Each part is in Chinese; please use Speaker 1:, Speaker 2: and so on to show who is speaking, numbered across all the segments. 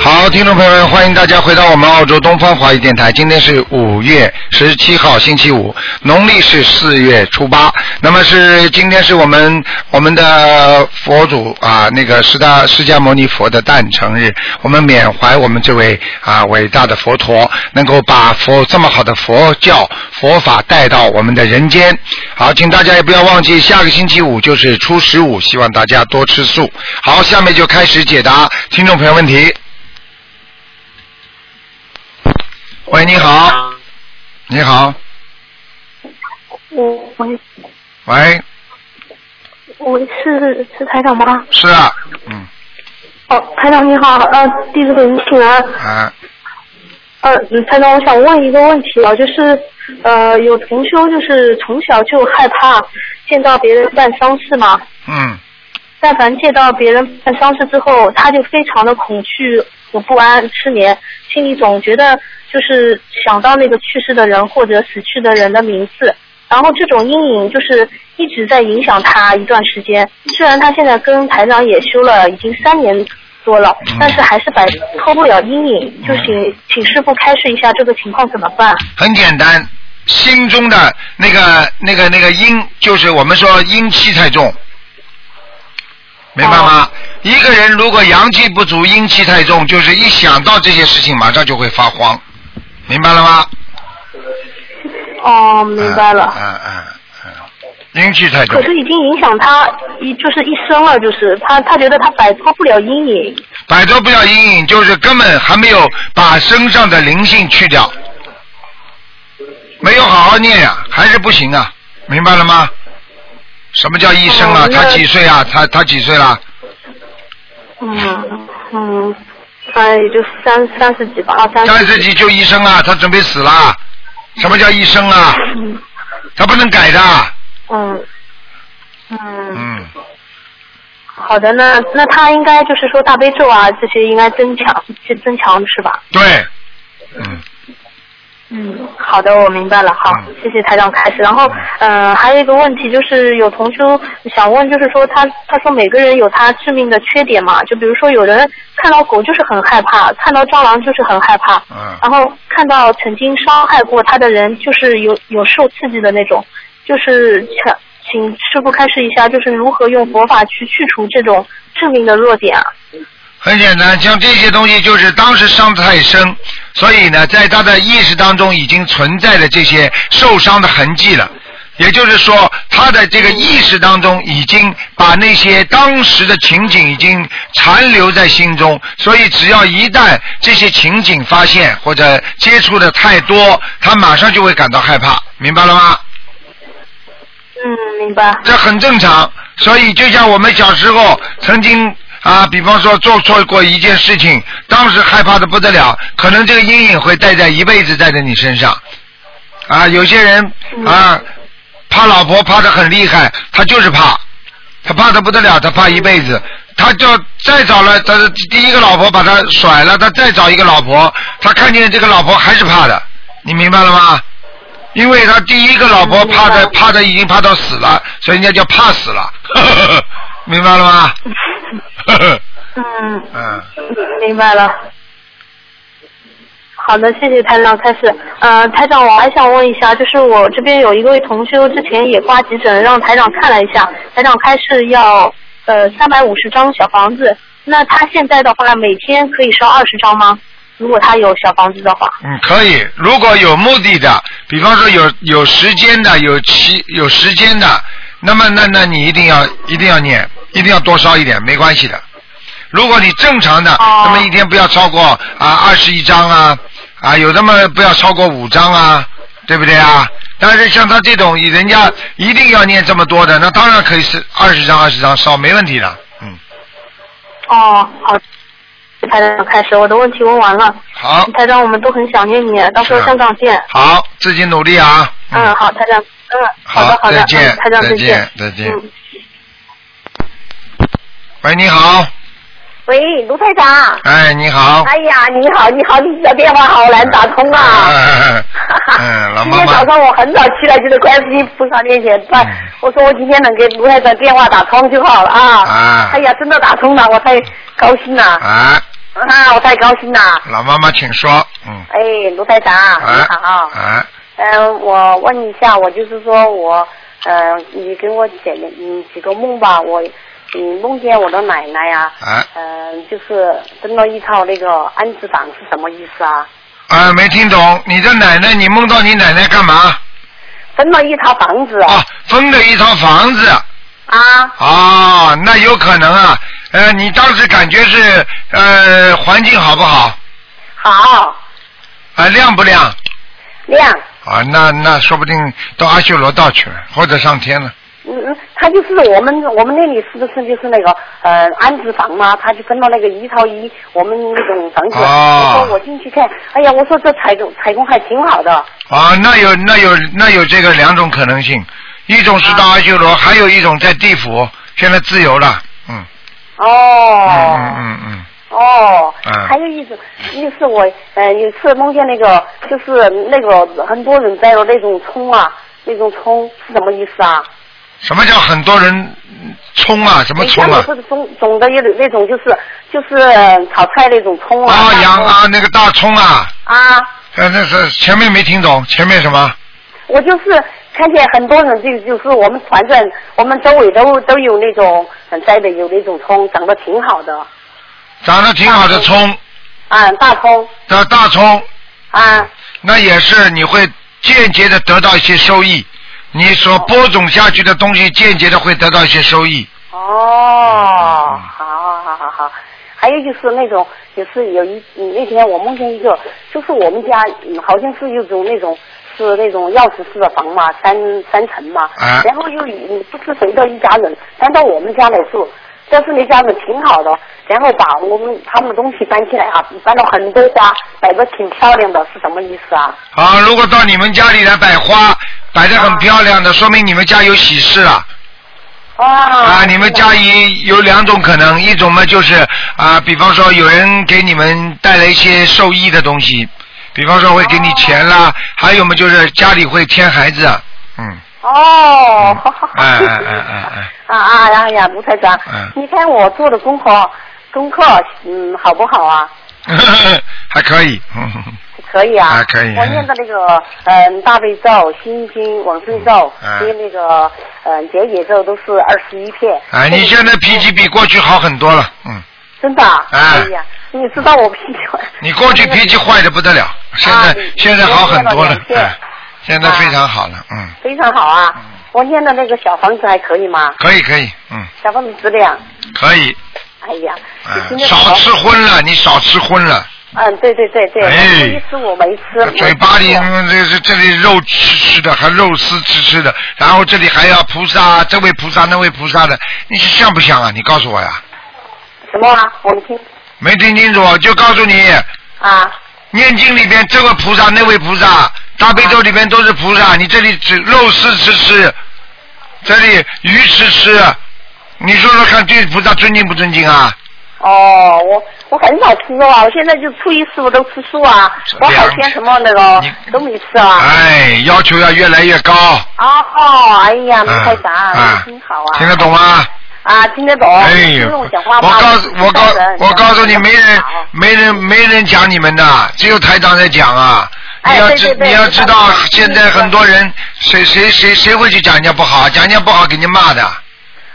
Speaker 1: 好，听众朋友们，欢迎大家回到我们澳洲东方华语电台。今天是五月十七号，星期五，农历是四月初八。那么是今天是我们我们的佛祖啊，那个释大释迦牟尼佛的诞辰日。我们缅怀我们这位啊伟大的佛陀，能够把佛这么好的佛教佛法带到我们的人间。好，请大家也不要忘记，下个星期五就是初十五，希望大家多吃素。好，下面就开始解答听众朋友问题。喂，你好，你好，
Speaker 2: 我喂
Speaker 1: 喂，
Speaker 2: 喂，是是台长吗？
Speaker 1: 是啊，嗯，
Speaker 2: 哦，台长你好，呃，弟子给您请安。
Speaker 1: 啊，
Speaker 2: 呃，嗯台长，我想问一个问题啊，就是呃，有同修就是从小就害怕见到别人办丧事嘛，
Speaker 1: 嗯，
Speaker 2: 但凡见到别人办丧事之后，他就非常的恐惧和不安、失眠，心里总觉得就是想到那个去世的人或者死去的人的名字，然后这种阴影就是一直在影响他一段时间。虽然他现在跟台长也修了已经三年多了，但是还是摆脱不了阴影。就请请师傅开示一下这个情况怎么办？
Speaker 1: 很简单，心中的那个、那个、那个阴，就是我们说阴气太重，明白
Speaker 2: 哦
Speaker 1: 吗？一个人如果阳气不足，阴气太重，就是一想到这些事情，马上就会发慌，明白了吗？
Speaker 2: 哦，明白了。
Speaker 1: 嗯嗯嗯，阴气太重
Speaker 2: 可，是已经影响他一就是一生了，就是他他觉得他摆脱不了阴影。
Speaker 1: 摆脱不了阴影，就是根本还没有把身上的灵性去掉，没有好好念呀、还是不行啊，明白了吗？什么叫医生啊？
Speaker 2: 哦那
Speaker 1: 他几岁啊？他他几岁了？
Speaker 2: 嗯嗯，他也就三三十几吧，二三
Speaker 1: 三十几就医生啊？他准备死了？什么叫医生啊？
Speaker 2: 嗯
Speaker 1: 他不能改的。啊
Speaker 2: 嗯嗯，
Speaker 1: 嗯，
Speaker 2: 好的，那那他应该就是说大悲咒啊这些应该增强，去增强是吧？
Speaker 1: 对，嗯，
Speaker 2: 嗯，好的，我明白了，好
Speaker 1: 嗯，
Speaker 2: 谢谢台长开始。然后，嗯，还有一个问题就是，有同修想问，就是说他他说每个人有他致命的缺点嘛，就比如说有人看到狗就是很害怕，看到蟑螂就是很害怕，
Speaker 1: 嗯
Speaker 2: 然后看到曾经伤害过他的人就是有有受刺激的那种，就是请请师傅开示一下，就是如何用佛法去去除这种致命的弱点啊？
Speaker 1: 很简单，像这些东西就是当时伤得太深，所以呢，在他的意识当中已经存在的这些受伤的痕迹了。也就是说，他的这个意识当中已经把那些当时的情景已经残留在心中，所以只要一旦这些情景发现或者接触的太多，他马上就会感到害怕，明白了吗？
Speaker 2: 嗯，明白。
Speaker 1: 这很正常。所以就像我们小时候曾经啊，比方说做错过一件事情，当时害怕的不得了，可能这个阴影会带在一辈子，带在你身上。啊，有些人啊，怕老婆怕的很厉害，他就是怕，他怕的不得了，他怕一辈子。他就再找了他的第一个老婆把他甩了，他再找一个老婆，他看见这个老婆还是怕的，你明白了吗？因为他第一个老婆怕的
Speaker 2: 嗯明白
Speaker 1: 怕的已经怕到死了，所以人家叫怕死了， 明白了吗？
Speaker 2: 嗯。
Speaker 1: 嗯，
Speaker 2: 明白了。好的，谢谢台长。开始，呃，台长，我还想问一下，就是我这边有一位同修之前也挂急诊，让台长看了一下，台长开示要呃三百五十张小房子，那他现在的话，每天可以烧二十张吗？如果他有小房子的话，
Speaker 1: 嗯，可以。如果有目的的，比方说有有时间的，有期有时间的，那么那那你一定要一定要念，一定要多烧一点，没关系的。如果你正常的，
Speaker 2: 哦
Speaker 1: 那么一天不要超过啊二十一张啊啊，有那么不要超过五张啊，对不对啊？但是像他这种人家一定要念这么多的，那当然可以是二十张二十张烧，没问题的。嗯，
Speaker 2: 哦，好，台长开始，我的问题问完了，
Speaker 1: 好，
Speaker 2: 台长，我们都很想念你，啊到时候
Speaker 1: 是啊
Speaker 2: 香港见。
Speaker 1: 好，自己努力啊。
Speaker 2: 嗯，好，台长，嗯，好的，
Speaker 1: 好
Speaker 2: 好的，
Speaker 1: 再见
Speaker 2: 嗯台长嗯
Speaker 1: 再
Speaker 2: 再
Speaker 1: 见再见
Speaker 2: 嗯
Speaker 1: 喂，你好，
Speaker 3: 喂，卢台长。
Speaker 1: 哎，你好。
Speaker 3: 哎呀，你好，你好，你的电话好难打通啊！
Speaker 1: 嗯 嗯，老
Speaker 3: 今
Speaker 1: 妈
Speaker 3: 天
Speaker 1: 妈嗯
Speaker 3: 早，上我很早起来就在观世音菩萨面前拜，我说我今天能给卢台长电话打通就好了啊！
Speaker 1: 啊
Speaker 3: 哎呀，真的打通了，我太高兴了
Speaker 1: 啊，
Speaker 3: 啊！我太高兴了。
Speaker 1: 老妈妈，请说，嗯，
Speaker 3: 哎，卢台长，你
Speaker 1: 啊
Speaker 3: 好。
Speaker 1: 啊，
Speaker 3: 嗯，我问一下，我就是说我，呃，你给我解嗯几个梦吧，我嗯梦见我的奶奶呀、
Speaker 1: 啊
Speaker 3: 嗯、就是登了一套那个安置榜是什么意思啊？
Speaker 1: 啊，没听懂，你的奶奶，你梦到你奶奶干嘛？
Speaker 3: 分了一套房子
Speaker 1: 哦，分的一套房子，
Speaker 3: 啊，
Speaker 1: 哦，那有可能啊，呃，你当时感觉是呃环境好不好？啊、
Speaker 3: 好
Speaker 1: 亮不亮？
Speaker 3: 亮，
Speaker 1: 啊，那那说不定到阿修罗道去了，或者上天了。
Speaker 3: 嗯嗯，他就是我们我们那里是不是就是那个呃安置房嘛？他就分到那个一套一，我们那种房子，
Speaker 1: 哦
Speaker 3: 我说我进去看，哎呀，我说这采工采工还挺好的，
Speaker 1: 啊，那有那有那有这个两种可能性，一种是到
Speaker 3: 啊
Speaker 1: 阿修罗，还有一种在地府，现在自由了。嗯
Speaker 3: 哦，
Speaker 1: 嗯嗯嗯
Speaker 3: 哦，
Speaker 1: 嗯
Speaker 3: 还有一种，一个是我，呃，有一次梦见那个，就是那个很多人在的那种冲啊，那种冲是什么意思啊？
Speaker 1: 嗯，什么叫很多人冲啊？什么冲啊？
Speaker 3: 不是总总的有点那种，就是就是呃炒菜那种冲啊。
Speaker 1: 啊，
Speaker 3: 然
Speaker 1: 羊
Speaker 3: 后
Speaker 1: 啊，那个大葱啊，
Speaker 3: 啊！
Speaker 1: 呃，那是前面没听懂，前面什么？
Speaker 3: 我就是看见很多人，就就是我们反正我们周围都都有那种嗯栽的有那种葱，长得挺好的，
Speaker 1: 长得挺好的葱，
Speaker 3: 啊，大葱
Speaker 1: 的大葱，
Speaker 3: 啊，
Speaker 1: 那也是你会间接的得到一些收益，你所播种下去的东西间接的会得到一些收益。
Speaker 3: 哦，好好好好。还有就是那种，就是有一嗯那天我梦见一个，就是我们家嗯好像是有种那种是那种钥匙式的房嘛，三三层嘛，
Speaker 1: 啊
Speaker 3: 然后又嗯不是谁的一家人搬到我们家来住，但是那家人挺好的，然后把我们他们的东西搬进来啊，搬了很多花，摆的挺漂亮的，是什么意思啊？
Speaker 1: 好，如果到你们家里来摆花，摆得很漂亮的，说明你们家有喜事了
Speaker 3: 啊
Speaker 1: 啊！你们家里有两种可能，一种嘛就是啊，比方说有人给你们带来一些受益的东西，比方说会给你钱啦，还有嘛就是家里会添孩子，嗯，
Speaker 3: 哦，好好好。
Speaker 1: 哎哎哎哎哎，
Speaker 3: 啊啊！哎呀，卢台长，
Speaker 1: 嗯
Speaker 3: 你看我做的功课，功课嗯好不好啊？
Speaker 1: 还可以， 嗯
Speaker 3: 可以啊，
Speaker 1: 啊可以
Speaker 3: 我念的那个嗯大悲咒、心经、往生咒
Speaker 1: 嗯，
Speaker 3: 跟那个嗯解解咒都是二十一片。
Speaker 1: 哎，你现在脾气比过去好很多了，嗯，
Speaker 3: 真的啊？
Speaker 1: 嗯
Speaker 3: 哎呀，你知道我脾气坏。
Speaker 1: 你过去脾气坏的不得了，现
Speaker 3: 啊
Speaker 1: 在
Speaker 3: 你
Speaker 1: 现在好很多了
Speaker 3: 你，念了两
Speaker 1: 哎
Speaker 3: 遍，
Speaker 1: 现在非常好了，嗯，
Speaker 3: 非常好啊！我念的那个小房子还可以吗？
Speaker 1: 可以可以，嗯，
Speaker 3: 小房子质量，
Speaker 1: 可以。
Speaker 3: 哎呀，
Speaker 1: 哎
Speaker 3: 你今天
Speaker 1: 少吃荤了，你少吃荤了。
Speaker 3: 嗯，对对对对，
Speaker 1: 哎
Speaker 3: 这一次我没吃。
Speaker 1: 嘴巴里
Speaker 3: 我
Speaker 1: 嗯这这这里肉吃吃的，还肉丝吃吃的，然后这里还要菩萨，这位菩萨那位菩萨的，你是像不像啊？你告诉我呀，
Speaker 3: 什么啊？我们听
Speaker 1: 没听清楚，就告诉你，
Speaker 3: 啊。
Speaker 1: 念经里边这个菩萨那位菩萨，大悲咒里边都是菩萨，你这里只肉丝吃吃，这里鱼吃吃，你说说看对菩萨尊敬不尊敬啊？
Speaker 3: 哦，我我很少吃肉啊，我现在就初一十五都吃素啊，我好像什么那
Speaker 1: 你
Speaker 3: 个都没吃啊。
Speaker 1: 哎，要求要越来越高。
Speaker 3: 哦哦，哎呀，
Speaker 1: 嗯
Speaker 3: 没太长，
Speaker 1: 嗯
Speaker 3: 真好啊。
Speaker 1: 听得懂吗？
Speaker 3: 啊，听得懂。
Speaker 1: 哎
Speaker 3: 听
Speaker 1: 呦，
Speaker 3: 得
Speaker 1: 我
Speaker 3: 懂讲话吗
Speaker 1: 告诉我告我告诉你，没人。
Speaker 3: 好
Speaker 1: 没人没人讲你们的，只有台长在讲啊。你
Speaker 3: 哎
Speaker 1: 要
Speaker 3: 对
Speaker 1: 知
Speaker 3: 对对
Speaker 1: 你要
Speaker 3: 我
Speaker 1: 知
Speaker 3: 知
Speaker 1: 道
Speaker 3: 道，
Speaker 1: 现在很多人谁谁谁谁会去讲人家不好，讲人家不好给人家骂的。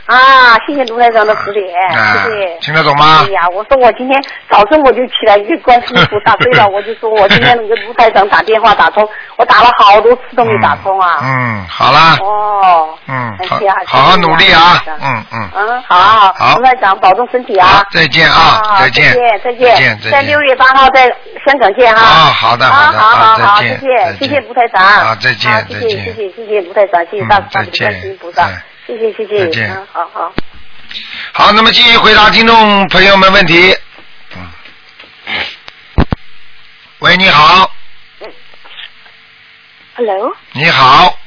Speaker 3: 啊，谢谢卢台长的指点，
Speaker 1: 啊
Speaker 3: 哎谢谢。
Speaker 1: 听得懂吗
Speaker 3: 哎？呀，我说我今天早晨我就起来就观世音菩萨， 对了，我就说我今天能给卢台长打电话打通，我打了好多次都没打通啊。
Speaker 1: 嗯，嗯好啦，
Speaker 3: 哦，
Speaker 1: 嗯，
Speaker 3: 很
Speaker 1: 好
Speaker 3: 谢啊，
Speaker 1: 好好
Speaker 3: 谢谢
Speaker 1: 努力啊
Speaker 3: 台，长
Speaker 1: 嗯嗯，
Speaker 3: 嗯，好啊
Speaker 1: 好
Speaker 3: 好，卢台长保重身体
Speaker 1: 好
Speaker 3: 啊，。
Speaker 1: 再见啊，
Speaker 3: 好
Speaker 1: 再见，
Speaker 3: 再
Speaker 1: 再
Speaker 3: 见，
Speaker 1: 见，再
Speaker 3: 在
Speaker 1: 见
Speaker 3: 六。月八号在香港见哈。
Speaker 1: 啊好的好
Speaker 3: 啊
Speaker 1: 的
Speaker 3: 好
Speaker 1: 啊
Speaker 3: 好好，
Speaker 1: 再
Speaker 3: 谢
Speaker 1: 见再
Speaker 3: 谢，谢
Speaker 1: 见
Speaker 3: 谢卢台长。
Speaker 1: 啊再见
Speaker 3: 好谢
Speaker 1: 再
Speaker 3: 谢
Speaker 1: 见
Speaker 3: 谢谢谢谢卢台长，谢谢
Speaker 1: 嗯
Speaker 3: 大慈大
Speaker 1: 再
Speaker 3: 悲
Speaker 1: 见
Speaker 3: 观世音菩萨
Speaker 1: 哎，
Speaker 3: 谢谢谢
Speaker 1: 再
Speaker 3: 谢，
Speaker 1: 见
Speaker 3: 嗯，好好。
Speaker 1: 好，那么继续回答听众朋友们问题。嗯。喂，你好，
Speaker 4: Hello，
Speaker 1: 你好，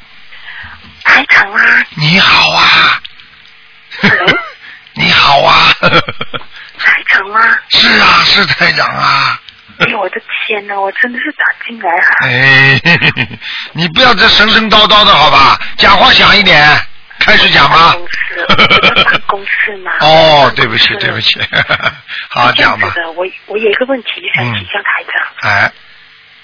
Speaker 4: 台长啊，
Speaker 1: 你 好啊，你好啊，
Speaker 4: 台长啊，
Speaker 1: 啊，是台长啊。
Speaker 4: 哎呦我的天哪，我真的是打进来了。
Speaker 1: 哎，嘿嘿嘿你不要这神神叨叨的好吧？讲话响一点，开始讲吧。
Speaker 4: 办。公室，我在办公室嘛
Speaker 1: 哦，对不起，对不
Speaker 4: 起。
Speaker 1: 起， 好
Speaker 4: 这样
Speaker 1: 讲吧嗯
Speaker 4: 子。的，我我有一个问题想请教台长。
Speaker 1: 哎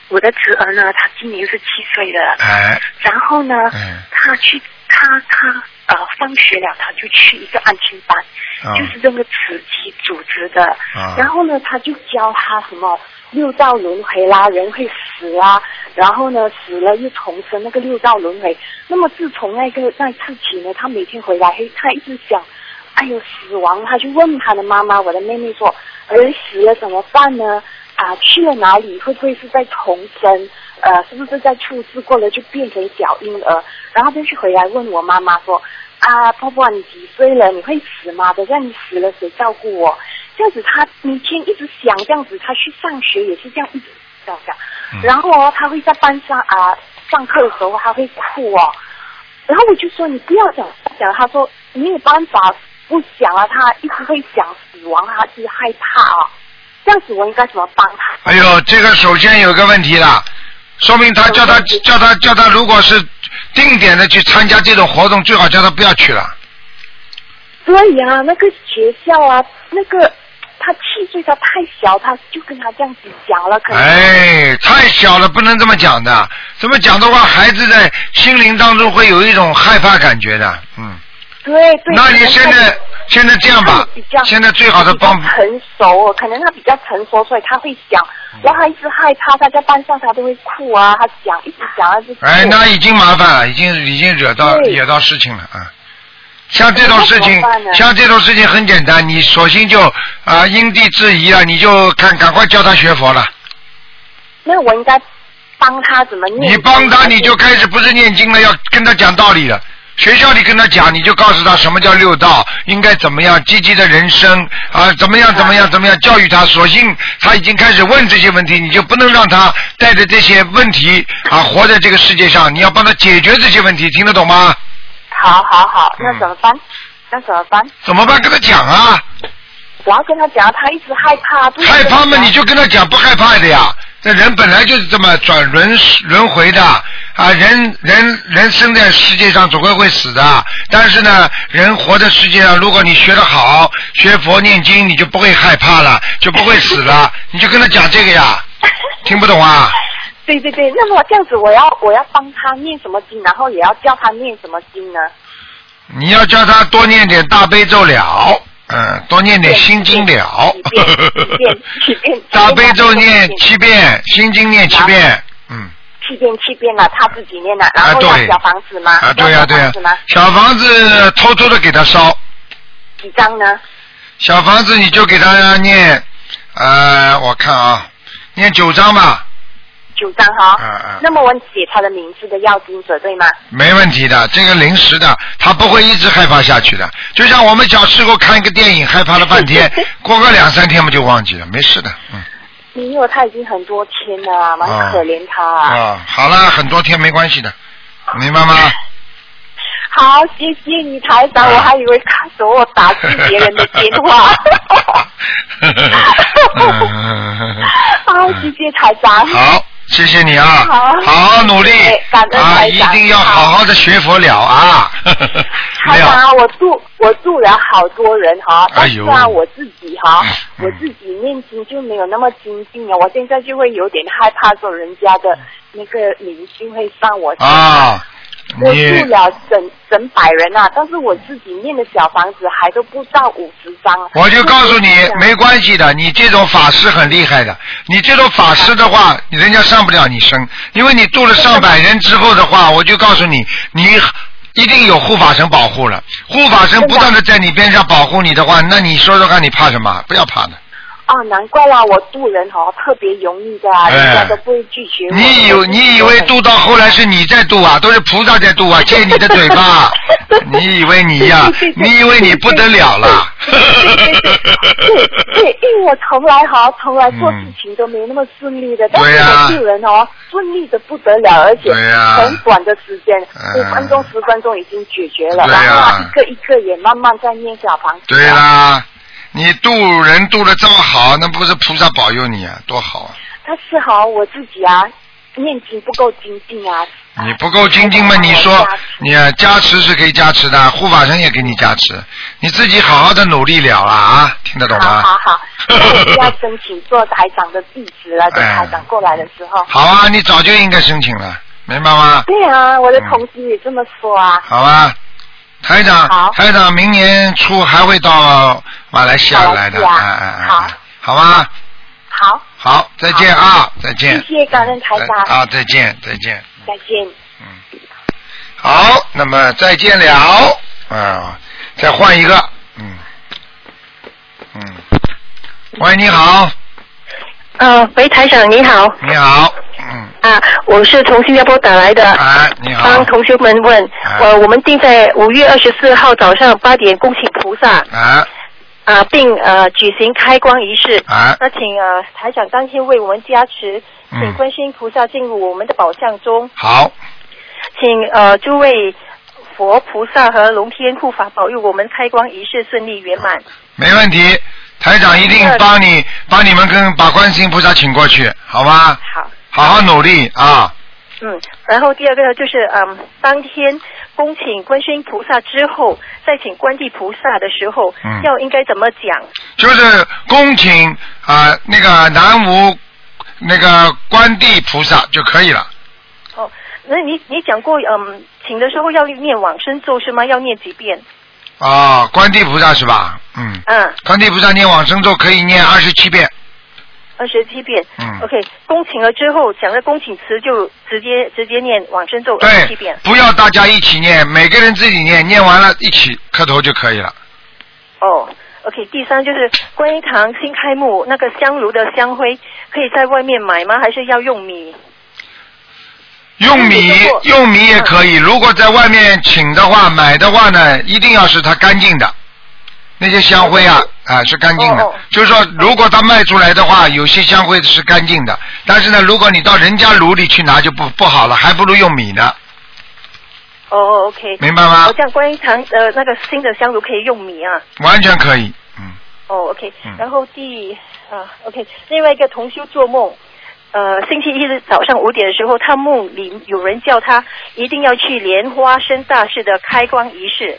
Speaker 4: 我的侄儿呢，他今年是七岁的，
Speaker 1: 哎，
Speaker 4: 然后呢，
Speaker 1: 嗯
Speaker 4: 他去他他呃放学了，他就去一个安亲班，
Speaker 1: 啊
Speaker 4: 就是这个慈济组织的。
Speaker 1: 啊
Speaker 4: 然后呢，他就教他什么六道轮回啦，人会死啦，然后呢死了又重生那个六道轮回。那么自从那个那次起呢，他每天回来，嘿他一直想。哎呦，死亡！他就问他的妈妈，我的妹妹说，人死了怎么办呢？啊，去了哪里？会不会是在重生？呃，是不是在处置过了就变成小婴儿？然后他就回来问我妈妈说，啊，婆婆你几岁了？你会死吗？等下你死了谁照顾我？这样子他每天一直想，这样子他去上学也是这样一直想想。然后哦，他会在班上啊上课的时候他会哭哦。然后我就说你不要讲讲，他说没有办法不想啊，他一直会想死亡，他就是害怕啊。这样子我应该怎么帮他？
Speaker 1: 哎呦，这个首先有一个问题了，说明他叫他叫他叫他，如果是定点的去参加这种活动，最好叫他不要去了。
Speaker 4: 对呀、那个学校啊，那个他气岁他太小，他就跟他这样子讲
Speaker 1: 嗯
Speaker 4: 了，可能、
Speaker 1: 哎，太小了，不能这么讲的。这么讲的话，孩子在心灵当中会有一种害怕感觉的。嗯，
Speaker 4: 对对。
Speaker 1: 那你
Speaker 4: 可能他
Speaker 1: 现在现在这样吧
Speaker 4: 他比较，
Speaker 1: 现在最好的帮
Speaker 4: 比较成熟，可能他比较成熟，所以他会想，
Speaker 1: 嗯
Speaker 4: 然后他一直害怕，他在班上他都会哭啊，他想一直想，他就哭
Speaker 1: 哎，那已经麻烦了，已经已经惹到
Speaker 4: 哦对
Speaker 1: 惹到事情了啊。像这种事情
Speaker 4: 那怎么办呢，
Speaker 1: 像这种事情很简单，你索性就啊、因地制宜啊，你就看赶快教他学佛了。
Speaker 4: 那我应该帮他怎么念？
Speaker 1: 你帮他，你就开始不是念经了，要跟他讲道理了。学校里跟他讲，你就告诉他什么叫六道，应该怎么样积极的人生啊，怎
Speaker 4: 嗯
Speaker 1: 么样怎么样怎么样教育他。索性他已经开始问这些问题，你就不能让他带着这些问题啊活在这个世界上。你要帮他解决这些问题，听得懂吗？
Speaker 4: 好好好，
Speaker 1: 嗯
Speaker 4: 那怎么办？那怎么办？
Speaker 1: 怎么办？跟他讲啊，
Speaker 4: 我要跟他讲，他一直害怕。不是
Speaker 1: 害怕嘛
Speaker 4: 跟他讲
Speaker 1: 你就跟他讲不害怕的呀。那人本来就是这么转轮轮回的啊，人人人生在世界上总归会死的，但是呢，人活在世界上，如果你学得好，学佛念经，你就不会害怕了，就不会死了。你就跟他讲这个呀，听不懂啊？
Speaker 4: 对对对，那么这样子，我要我要帮他念什么经，然后也要教他念什么经呢？
Speaker 1: 你要叫他多念点大悲咒了，嗯，多念点心经了
Speaker 4: 几遍几遍几遍，
Speaker 1: 大悲咒念七遍，心经念七遍，嗯。
Speaker 4: 七遍七遍了，他自己念了，然
Speaker 1: 啊
Speaker 4: 后
Speaker 1: 对
Speaker 4: 要小房子吗？
Speaker 1: 啊，对呀、
Speaker 4: 要
Speaker 1: 对
Speaker 4: 小
Speaker 1: 呀、
Speaker 4: 房子吗？
Speaker 1: 小房子偷偷的给他烧，
Speaker 4: 几张呢？
Speaker 1: 小房子你就给他念，呃，我看啊，念九章吧，
Speaker 4: 九张哈。
Speaker 1: 嗯嗯
Speaker 4: 那么我写他的名字的要经者对吗？
Speaker 1: 没问题的，这个临时的，他不会一直害怕下去的。就像我们小时候看一个电影，害怕了半 天，过个两三天嘛就忘记了，没事的，嗯
Speaker 4: 没有，他已经很多天了啊，蛮
Speaker 1: 啊
Speaker 4: 可怜他啊。
Speaker 1: 啊，好了，很多天没关系的，明白 吗？
Speaker 4: 好，谢谢你台长，
Speaker 1: 啊。
Speaker 4: 我还以为他说我打进别人的电话
Speaker 1: 嗯
Speaker 4: 好，谢谢台长。
Speaker 1: 好，谢谢你啊，
Speaker 4: 好
Speaker 1: 好努力
Speaker 4: 哎感恩
Speaker 1: 啊，
Speaker 4: 台
Speaker 1: 一
Speaker 4: 长
Speaker 1: 定要好好的学佛了啊， 没
Speaker 4: 台
Speaker 1: 有
Speaker 4: 长，啊，我度我度了好多人哈，
Speaker 1: 哎
Speaker 4: 但
Speaker 1: 呦
Speaker 4: 是啊，我自己哈，
Speaker 1: 嗯
Speaker 4: 我自己念经就没有那么精进了，我现在就会有点害怕说人家的那个灵性会上我身上
Speaker 1: 啊，
Speaker 4: 我
Speaker 1: 你
Speaker 4: 住了整整百人啊，但是我自己念的小房子还都不到五十张。啊
Speaker 1: 我就告诉你
Speaker 4: 是这样
Speaker 1: 没关系的，你这种法师很厉害的，你这种法师的话，人家上不了你身，因为你度了上百人之后的话，我就告诉你，你。一定有护法神保护了，护法神不断的在你边上保护你的话，那你说说看，你怕什么？不要怕的。
Speaker 4: 啊，难怪啦，我度人哦特别容易的啊，
Speaker 1: 哎
Speaker 4: 人家都不会拒绝我。
Speaker 1: 你以
Speaker 4: 我
Speaker 1: 为
Speaker 4: 就
Speaker 1: 你以为渡到后来是你在渡啊，都是菩萨在 渡啊，借你的嘴巴，你以为你呀、
Speaker 4: 对对对
Speaker 1: 你以为你不得了了？
Speaker 4: 对对对对，因为我从来哈，从来做事情都没那么顺利的，但
Speaker 1: 嗯
Speaker 4: 是
Speaker 1: 对呀
Speaker 4: 我这个人哦，顺利的不得了，而且
Speaker 1: 对呀
Speaker 4: 很短的时间，
Speaker 1: 嗯
Speaker 4: 五分钟十分钟已经解决了，
Speaker 1: 对呀
Speaker 4: 然后啊一个一个也慢慢在念小房子。
Speaker 1: 对啦，你渡人渡的这么好，那不是菩萨保佑你啊，多好啊！
Speaker 4: 但是哈，我自己啊，念经不够精进啊。
Speaker 1: 你不够精进嘛？
Speaker 4: 还
Speaker 1: 你
Speaker 4: 有
Speaker 1: 说
Speaker 4: 加持
Speaker 1: 你啊加持是可以加持的，啊护法神也给你加持，你自己好好的努力了啊，听得懂吗？
Speaker 4: 好好好，那我就要申请做台长的弟子了。等台长过来的时候。
Speaker 1: 哎好啊，你早就应该申请了，明白吗？
Speaker 4: 对啊，我的同事也这么说啊。
Speaker 1: 好吧，台长
Speaker 4: 好，
Speaker 1: 台长明年初还会到马来西亚来的，
Speaker 4: 马来西
Speaker 1: 哎
Speaker 4: 亚
Speaker 1: 哎哎，
Speaker 4: 好
Speaker 1: 哎好吧，
Speaker 4: 好，
Speaker 1: 好，再见啊，再见，
Speaker 4: 谢谢感恩台长
Speaker 1: 再啊，再见，再见。
Speaker 4: 再见。
Speaker 1: 好，那么再见了，啊，再换一个，嗯，嗯，喂，你好，
Speaker 5: 呃，喂，台长你好
Speaker 1: 你好，嗯，
Speaker 5: 啊，我是从新加坡打来的，
Speaker 1: 哎，你好
Speaker 5: 帮，同学们问
Speaker 1: 啊，
Speaker 5: 呃，我们定在五月二十四号早上八点恭请菩萨
Speaker 1: 哎
Speaker 5: 啊，并呃举行开光仪式。
Speaker 1: 哎，
Speaker 5: 那请呃台长当天为我们加持，请
Speaker 1: 嗯，
Speaker 5: 观世音菩萨进入我们的宝相中，
Speaker 1: 好，
Speaker 5: 请呃诸位佛菩萨和龙天护法保佑我们开光仪式顺利圆满。
Speaker 1: 没问题，台长一定帮你帮你们跟把观世音菩萨请过去，好吗？
Speaker 5: 好，
Speaker 1: 好好努力啊，
Speaker 5: 嗯，然后第二个呢，就是嗯，当天恭请观世音菩萨之后，再请观地菩萨的时候，
Speaker 1: 嗯
Speaker 5: 要应该怎么讲？
Speaker 1: 就是恭请啊、那个南无那个观地菩萨就可以了。
Speaker 5: 哦，那你你讲过，嗯，请的时候要念往生咒是吗？要念几遍？
Speaker 1: 啊、观地菩萨是吧？嗯，
Speaker 5: 嗯，
Speaker 1: 观地菩萨念往生咒可以念二十七遍。
Speaker 5: 二十七遍。
Speaker 1: 嗯
Speaker 5: OK，恭请了之后，讲了恭请词就直接直接念往生咒二十七
Speaker 1: 对
Speaker 5: 遍，。
Speaker 1: 不要大家一起念，每个人自己念，念完了一起磕头就可以了。
Speaker 5: 哦，OK，第三就是观音堂新开幕那个香炉的香灰，可以在外面买吗？还是要用米？
Speaker 1: 用米
Speaker 5: 嗯不错
Speaker 1: 用米也可
Speaker 5: 嗯
Speaker 1: 以，如果在外面请的话，买的话呢，一定要是它干净的。那些香灰啊，啊是干净的
Speaker 5: 哦哦，
Speaker 1: 就是说，如果它卖出来的话，有些香灰是干净的，但是呢，如果你到人家炉里去拿就不不好了，还不如用米呢，
Speaker 5: 哦，OK。
Speaker 1: 明白吗
Speaker 5: 哦，？这样观音堂呃那个新的香炉可以用米啊。
Speaker 1: 完全可以，嗯，
Speaker 5: 哦，OK
Speaker 1: 嗯。
Speaker 5: 然后第啊，OK，另外一个同修做梦，呃，星期一的早上五点的时候，他梦里有人叫他一定要去莲花生大士的开光仪式，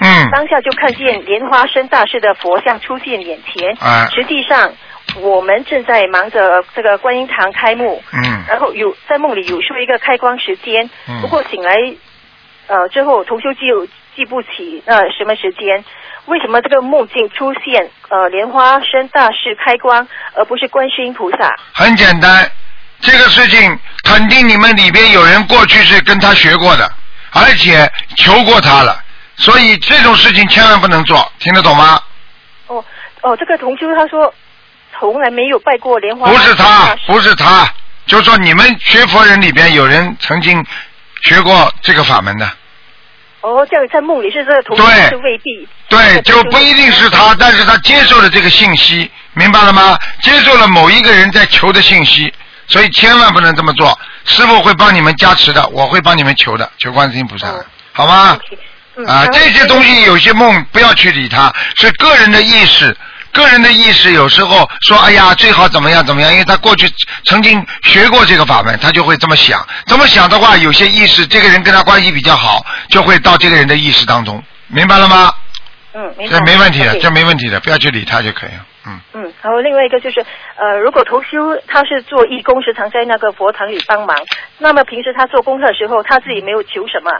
Speaker 1: 嗯，
Speaker 5: 当下就看见莲花生大士的佛像出现眼前，
Speaker 1: 啊，
Speaker 5: 实际上。我们正在忙着这个观音堂开幕，
Speaker 1: 嗯，
Speaker 5: 然后有在梦里有说一个开光时间，
Speaker 1: 嗯
Speaker 5: 不过醒来呃之后同修记记不起呃什么时间，为什么这个梦境出现呃莲花生大士开光，而不是观世音菩萨？
Speaker 1: 很简单，这个事情肯定你们里边有人过去是跟他学过的，而且求过他了，所以这种事情千万不能做，听得懂吗？
Speaker 5: 哦哦，这个同修他说从来没有拜过莲花
Speaker 1: 不是他
Speaker 5: 大，士
Speaker 1: 不是他，就是说你们学佛人里边有人曾经学过这个法门的，
Speaker 5: 哦，这样在梦里是这个同修
Speaker 1: 对
Speaker 5: 是未必
Speaker 1: 对，就不一定是他，但是他接受了这个信息，明白了吗？接受了某一个人在求的信息，所以千万不能这么做。师傅会帮你们加持的，我会帮你们求的，求观世音菩萨的
Speaker 5: 哦，
Speaker 1: 好吗？
Speaker 5: 嗯
Speaker 1: 啊，
Speaker 5: 然后
Speaker 1: 这些东西有些梦不要去理它，是个人的意识。个人的意识有时候说，哎呀，最好怎么样怎么样，因为他过去曾经学过这个法门，他就会这么想。这么想的话，有些意识，这个人跟他关系比较好，就会到这个人的意识当中，明白了吗？
Speaker 5: 嗯，明白
Speaker 1: 这没问题的，
Speaker 5: OK
Speaker 1: 这没问题的，不要去理他就可以了。嗯，
Speaker 5: 嗯，然后另外一个就是，呃，如果同修他是做义工，时常在那个佛堂里帮忙，那么平时他做功课的时候，他自己没有求什么，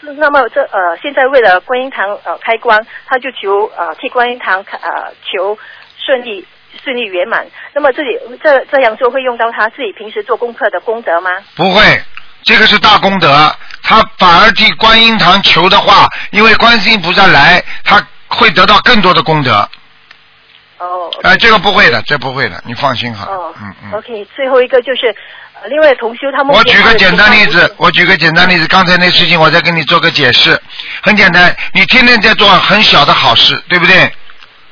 Speaker 5: 那么这呃，现在为了观音堂呃开光，他就求呃替观音堂开呃求顺利顺利圆满。那么自己这这样做会用到他自己平时做功课的功德吗？
Speaker 1: 不会，这个是大功德。他反而替观音堂求的话，因为观世音菩萨来，他会得到更多的功德。
Speaker 5: 哦，
Speaker 1: 哎、这个不会的，这不会的，你放心好了。
Speaker 5: 哦
Speaker 1: 嗯嗯。
Speaker 5: ，OK，最后一个就是，呃另外同修他们
Speaker 1: 我举个简单例子，我举个简单例子，刚才那事情我再跟你做个解释，很简单，你天天在做很小的好事，对不对？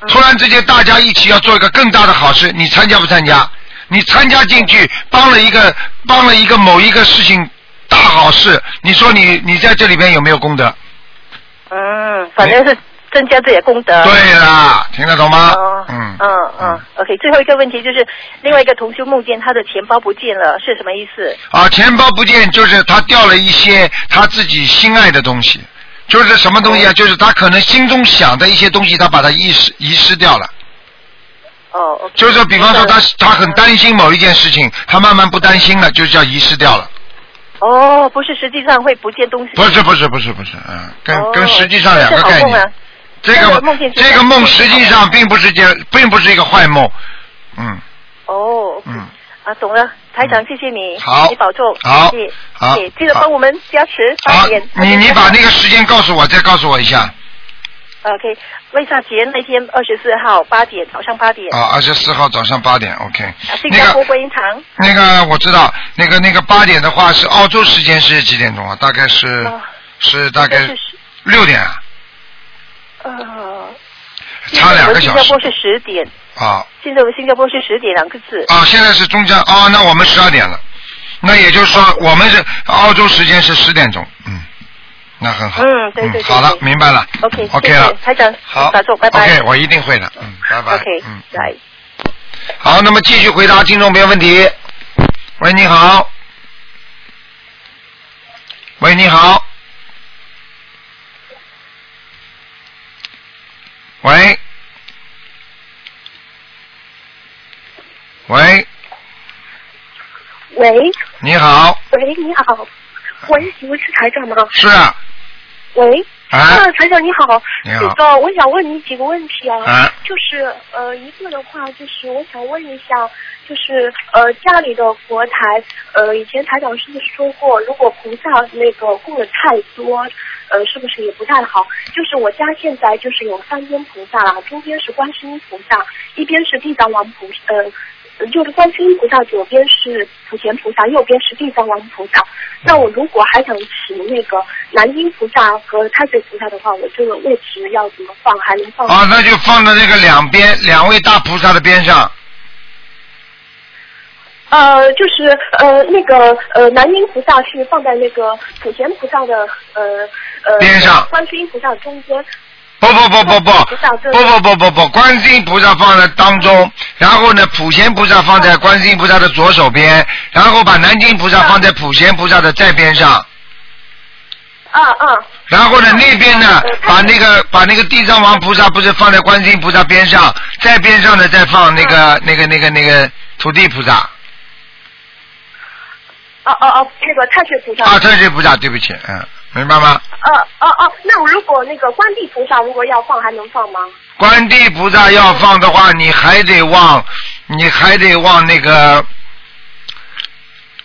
Speaker 1: 突然之间大家一起要做一个更大的好事，你参加不参加？你参加进去，帮了一个帮了一个某一个事情大好事，你说你你在这里边有没有功德？
Speaker 5: 嗯，反正是增加自己的功德。
Speaker 1: 对啦，听得懂吗
Speaker 5: 哦？
Speaker 1: 嗯
Speaker 5: 嗯嗯，OK。最后一个问题就是，另外一个同修梦见他的钱包不见了，是什么意思？
Speaker 1: 啊，钱包不见就是他掉了一些他自己心爱的东西，就是什么东西啊？就是他可能心中想的一些东西，他把它遗失遗失掉了。
Speaker 5: 哦，OK。
Speaker 1: 就是说比方说他他很
Speaker 5: 嗯
Speaker 1: 担心某一件事情，他慢慢不担心了，就叫遗失掉了。
Speaker 5: 哦，不是，实际上会不见东西。
Speaker 1: 不是不是不是不是，嗯，跟、
Speaker 5: 哦
Speaker 1: 跟实际上两个
Speaker 5: 这是好
Speaker 1: 概
Speaker 5: 梦
Speaker 1: 念。
Speaker 5: 啊
Speaker 1: 这
Speaker 5: 那
Speaker 1: 个
Speaker 5: 个梦境之
Speaker 1: 这个
Speaker 5: 中
Speaker 1: 梦实际上并不是件，并不是一个坏梦。嗯
Speaker 5: 哦，OK，
Speaker 1: 嗯，
Speaker 5: 啊，懂了，台长，谢谢你，
Speaker 1: 好
Speaker 5: 你保重，
Speaker 1: 好
Speaker 5: 谢谢
Speaker 1: 好
Speaker 5: 谢谢记得
Speaker 1: 好
Speaker 5: 帮我们加持
Speaker 1: 好
Speaker 5: 八点，。
Speaker 1: 你你把那个时间告诉我，再告诉我一下。
Speaker 5: OK，为啥节那天二十四号八点，早上八点，
Speaker 1: 啊，二十四号早上八点，OK
Speaker 5: 啊，。新
Speaker 1: 那
Speaker 5: 加坡
Speaker 1: 个
Speaker 5: 观音堂，
Speaker 1: 那个我知道，那个那个八点的话是澳洲时间是几点钟啊？大概是
Speaker 5: 啊
Speaker 1: 是大概
Speaker 5: 这是
Speaker 1: 六点啊，
Speaker 5: 呃，
Speaker 1: 差两个小
Speaker 5: 新加
Speaker 1: 时
Speaker 5: 坡是十点，
Speaker 1: 啊
Speaker 5: 现在我们新加坡是十点两个字，
Speaker 1: 啊！现在是中间啊，那我们十二点了，那也就是
Speaker 5: 哦
Speaker 1: 说我们是澳洲时间是十点钟，嗯，那很好，
Speaker 5: 嗯对对对
Speaker 1: 好了，
Speaker 5: 对
Speaker 1: 明白了
Speaker 5: OK，
Speaker 1: ，OK
Speaker 5: 谢谢
Speaker 1: 了，
Speaker 5: 台长
Speaker 1: 好，
Speaker 5: 打住拜拜
Speaker 1: OK，我一定会的，嗯，拜拜
Speaker 5: OK，
Speaker 1: 嗯，
Speaker 5: 来。
Speaker 1: 好，那么继续回答听众朋友问题。喂，你好。喂，你好。喂。喂，
Speaker 3: 喂
Speaker 1: 你好，
Speaker 3: 喂，你好，喂，请问是台长吗？
Speaker 1: 是啊，
Speaker 3: 喂，
Speaker 1: 啊
Speaker 3: 啊，台长你好，
Speaker 1: 你好
Speaker 3: 那个我想问你几个问题啊，
Speaker 1: 啊
Speaker 3: 就是呃，一个的话就是我想问一下，就是呃家里的佛台，呃以前台长是不是说过，如果菩萨那个供的太多，呃是不是也不太好？就是我家现在就是有三边菩萨啦，中间是观世音菩萨，一边是地藏王菩萨，呃就是观世音菩萨，左边是普贤菩萨，右边是地藏王菩萨。那我如果还想请那个南京菩萨和太岁菩萨的话，我这个位置要怎么放？还能放？
Speaker 1: 啊，那就放到那个两边两位大菩萨的边上。
Speaker 3: 呃，就是呃那个呃南音菩萨是放在那个普贤菩萨的呃呃
Speaker 1: 边上
Speaker 3: 观世音菩萨中间。
Speaker 1: 不不不不不不不不不不，观世音菩萨放在当中，然后呢，普贤菩萨放在观世音菩萨的左手边，然后把南京菩萨放在普贤菩萨的再边上，
Speaker 3: 啊啊
Speaker 1: 然后呢那边呢把那个把那个地藏王菩萨不是放在观世音菩萨边上，再边上呢再放那个那个那个那个土地菩萨啊
Speaker 3: 哦哦哦，那个太岁菩萨。
Speaker 1: 啊，特地菩萨，对不起，嗯，明白吗？
Speaker 3: 呃哦哦，那我如果那个观地菩萨如果要放，还能放吗？
Speaker 1: 观地菩萨要放的话，你还得往，你还得往那个。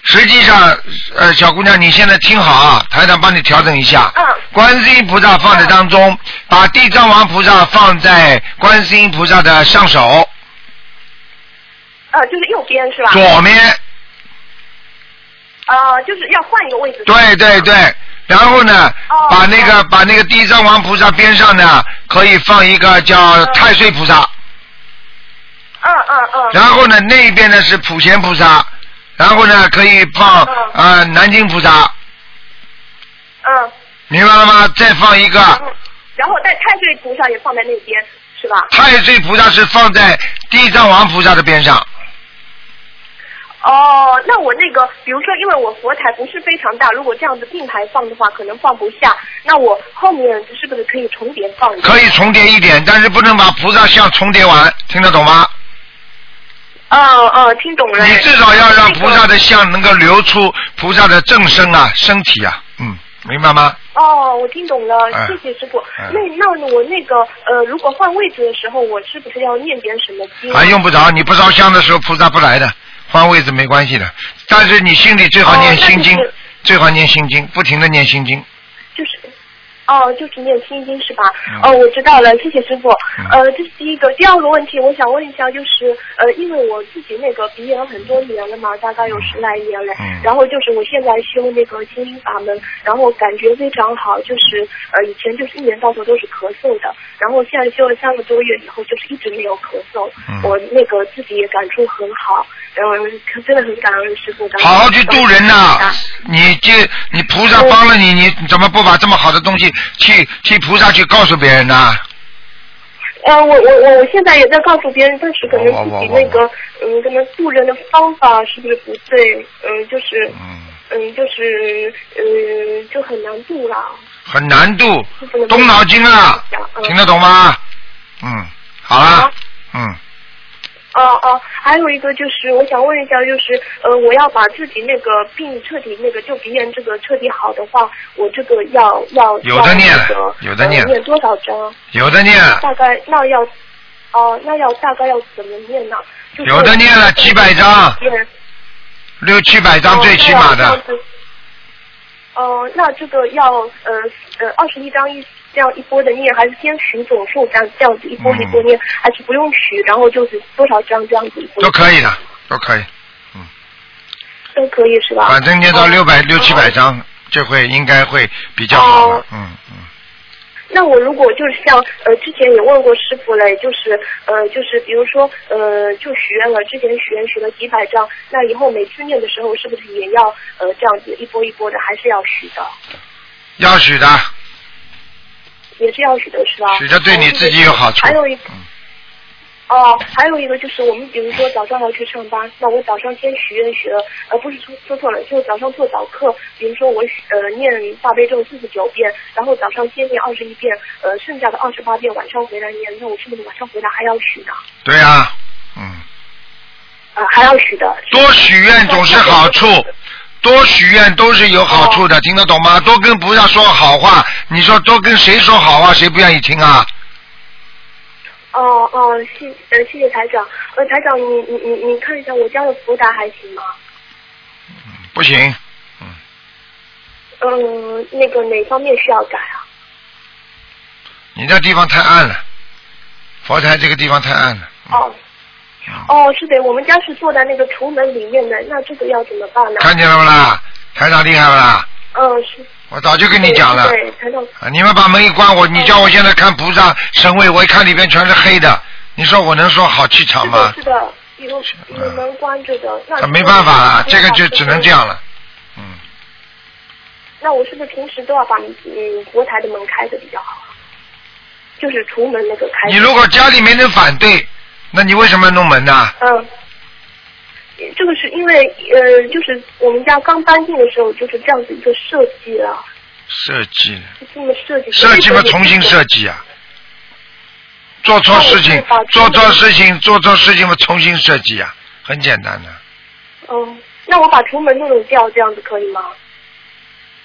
Speaker 1: 实际上，呃，小姑娘，你现在听好啊，台长帮你调整一下。
Speaker 3: 嗯
Speaker 1: 观世音菩萨放在当中，把地藏王菩萨放在观世音菩萨的上手
Speaker 3: 呃，就是右边是吧？
Speaker 1: 左面，
Speaker 3: 呃，就是要换一个位置。
Speaker 1: 对对对。然后呢，
Speaker 3: 哦
Speaker 1: 把那个把那个地藏王菩萨边上呢，可以放一个叫太岁菩萨。
Speaker 3: 嗯嗯嗯。
Speaker 1: 然后呢，那边呢是普贤菩萨，然后呢可以放
Speaker 3: 嗯
Speaker 1: 呃南京菩萨，
Speaker 3: 嗯，
Speaker 1: 明白了吗？再放一个
Speaker 3: 然后但太岁菩萨也放在那边是吧？
Speaker 1: 太岁菩萨是放在地藏王菩萨的边上，
Speaker 3: 哦，那我那个，比如说，因为我佛台不是非常大，如果这样子并排放的话，可能放不下。那我后面是不是可以重叠放一下？
Speaker 1: 可以重叠一点，但是不能把菩萨像重叠完，听得懂吗？
Speaker 3: 哦哦，听懂了。
Speaker 1: 你至少要让菩萨
Speaker 3: 那个
Speaker 1: 的像能够流出菩萨的正身啊，身体啊，嗯，明白吗？
Speaker 3: 哦，我听懂了，
Speaker 1: 嗯
Speaker 3: 谢谢师傅。
Speaker 1: 嗯
Speaker 3: 那那我那个呃，如果换位置的时候，我是不是要念点什么经？
Speaker 1: 啊，用不着，你不烧香的时候菩萨不来的，换位置没关系的，但是你心里最好
Speaker 3: 哦
Speaker 1: 念
Speaker 3: 那
Speaker 1: 心
Speaker 3: 就
Speaker 1: 经
Speaker 3: 是，嗯
Speaker 1: 最好念心经，不停的念心经。
Speaker 3: 就是。哦，就是念心经是吧？
Speaker 1: 嗯
Speaker 3: 哦，我知道了，谢谢师傅
Speaker 1: 嗯。
Speaker 3: 呃，这是第一个，第二个问题，我想问一下，就是呃，因为我自己那个鼻炎很多年了嘛，大概有十来年了，
Speaker 1: 嗯
Speaker 3: 然后就是我现在修那个心灵法门，然后感觉非常好，就是呃以前就是一年到头都是咳嗽的，然后现在修了三个多月以后，就是一直没有咳嗽，
Speaker 1: 嗯
Speaker 3: 我那个自己也感触很好，嗯，可真的很感恩师傅，感恩
Speaker 1: 好好去度人呐、
Speaker 3: 感恩
Speaker 1: 你这你菩萨帮了你，你怎么不把这么好的东西去去菩萨去告诉别人呢、
Speaker 3: 呃，我我我我现在也在告诉别人，但是可能
Speaker 1: 哇
Speaker 3: 自
Speaker 1: 哇
Speaker 3: 己
Speaker 1: 哇
Speaker 3: 那个嗯，可能渡人的方法是不是不对？嗯，就是
Speaker 1: 嗯，
Speaker 3: 嗯，就是嗯，就很难渡啦。
Speaker 1: 很难度
Speaker 3: 就可能，
Speaker 1: 动脑筋啊，
Speaker 3: 嗯
Speaker 1: 听得懂吗？嗯，好啦
Speaker 3: 好，
Speaker 1: 嗯，
Speaker 3: 哦哦，还有一个就是，我想问一下，就是呃，我要把自己那个病彻底那个就鼻炎这个彻底好的话，我这个要要
Speaker 1: 有的
Speaker 3: 要
Speaker 1: 念
Speaker 3: 那个
Speaker 1: 有的
Speaker 3: 呃
Speaker 1: 念
Speaker 3: 念多少章？
Speaker 1: 有的念，
Speaker 3: 大概那要哦、那要大概要怎么念呢？就是
Speaker 1: 有的念了几百张
Speaker 3: 念
Speaker 1: 六七百张最起码
Speaker 3: 啊
Speaker 1: 的，。
Speaker 3: 哦、那这个要呃呃二十一张一这样一波的念，还是先许总数这样这样子一波一波念，还是不用许，然后就是多少张这样子一波
Speaker 1: 嗯都可以的，都可以，
Speaker 3: 都可以是吧？
Speaker 1: 反正念到
Speaker 3: 哦
Speaker 1: 六百六七百。
Speaker 3: 哦
Speaker 1: 张就会应该会比较好了
Speaker 3: 哦，
Speaker 1: 嗯嗯，
Speaker 3: 那我如果就是像呃之前也问过师傅嘞，就是呃就是比如说呃就许愿了，之前许愿许了几百张，那以后每次念的时候是不是也要呃这样子一波一波的，还是要许的？
Speaker 1: 要许的，
Speaker 3: 也是要许的是吧？
Speaker 1: 许的对你自己有好处
Speaker 3: 还有一个
Speaker 1: 嗯。
Speaker 3: 哦，还有一个就是我们比如说早上要去上班，那我早上先许愿许了，呃，不是说说错了，就是早上做早课，比如说我许呃念大悲咒四十九遍，然后早上先念二十一遍，呃，剩下的二十八遍晚上回来念，那我是不是晚上回来还要许呢？
Speaker 1: 对啊，嗯，
Speaker 3: 啊、还要许的。
Speaker 1: 多许愿总是好处。多许愿都是有好处的，听得懂吗？多跟菩萨说好话，你说多跟谁说好话，谁不愿意听啊？
Speaker 3: 哦哦，谢呃谢谢台长，呃台长你你你你看一下我家的福达还行吗？
Speaker 1: 不行，
Speaker 3: 嗯、那个哪方面需要改啊？
Speaker 1: 你这地方太暗了，佛台这个地方太暗了。嗯
Speaker 3: 哦，哦，是的，我们家是坐在那个厨门里面的，那这个要怎么办呢？
Speaker 1: 看见了不啦？台长厉害不啦？
Speaker 3: 嗯，是。
Speaker 1: 我早就跟你讲了，
Speaker 3: 对，台长。
Speaker 1: 啊你们把门一关，
Speaker 3: 哎
Speaker 1: 我你叫我现在看菩萨神位，我一看里边全是黑的，你说我能说好气场
Speaker 3: 是
Speaker 1: 吗
Speaker 3: 的，？哦是的，有有门关着的。那
Speaker 1: 啊没办法了，
Speaker 3: 平
Speaker 1: 这
Speaker 3: 常
Speaker 1: 个就只能这样了。嗯，
Speaker 3: 那我是不是平时都要把嗯佛台的门开着比较好？啊就是厨门那个开
Speaker 1: 你
Speaker 3: 着。
Speaker 1: 如果家里没人反对，那你为什么要弄门啊呢？
Speaker 3: 嗯。这个是因为呃，就是我们家刚搬进的时候就是这样子一个设计了，
Speaker 1: 设计，
Speaker 3: 就这么设计。
Speaker 1: 设计嘛，重新设计啊。做错事情，做错事情，做错事情嘛，重新设计啊，很简单的。
Speaker 3: 嗯，那我把厨门弄掉，这样子可以吗？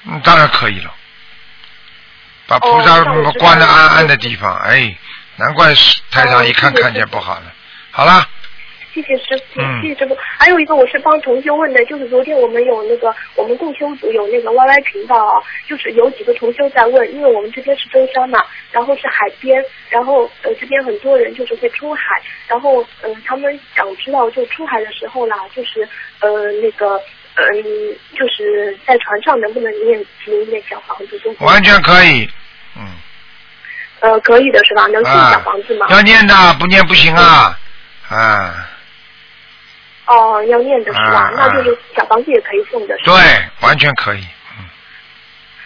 Speaker 1: 嗯，当然可以了。把菩萨
Speaker 3: 哦那我知道了
Speaker 1: 关在暗暗的地方，哎，难怪是台长一看
Speaker 3: 哦谢谢
Speaker 1: 看见不好了。好了，
Speaker 3: 谢谢师傅
Speaker 1: 嗯，
Speaker 3: 谢谢师傅。还有一个我是帮同修问的，就是昨天我们有那个我们共修组有那个 YY 频道啊，就是有几个同修在问，因为我们这边是舟山嘛，然后是海边，然后呃这边很多人就是会出海，然后嗯、呃他们想知道就出海的时候啦，就是呃那个。嗯，就是在船上能不能念经念小房子就
Speaker 1: 完全可以，嗯
Speaker 3: 呃可以的是吧？能念小
Speaker 1: 啊
Speaker 3: 房子吗，？
Speaker 1: 要念的，不念不行啊，
Speaker 3: 嗯
Speaker 1: 啊，
Speaker 3: 哦，要念的是吧？
Speaker 1: 啊
Speaker 3: 那就是小房子也可以送的是吧？
Speaker 1: 对，完全可以，嗯，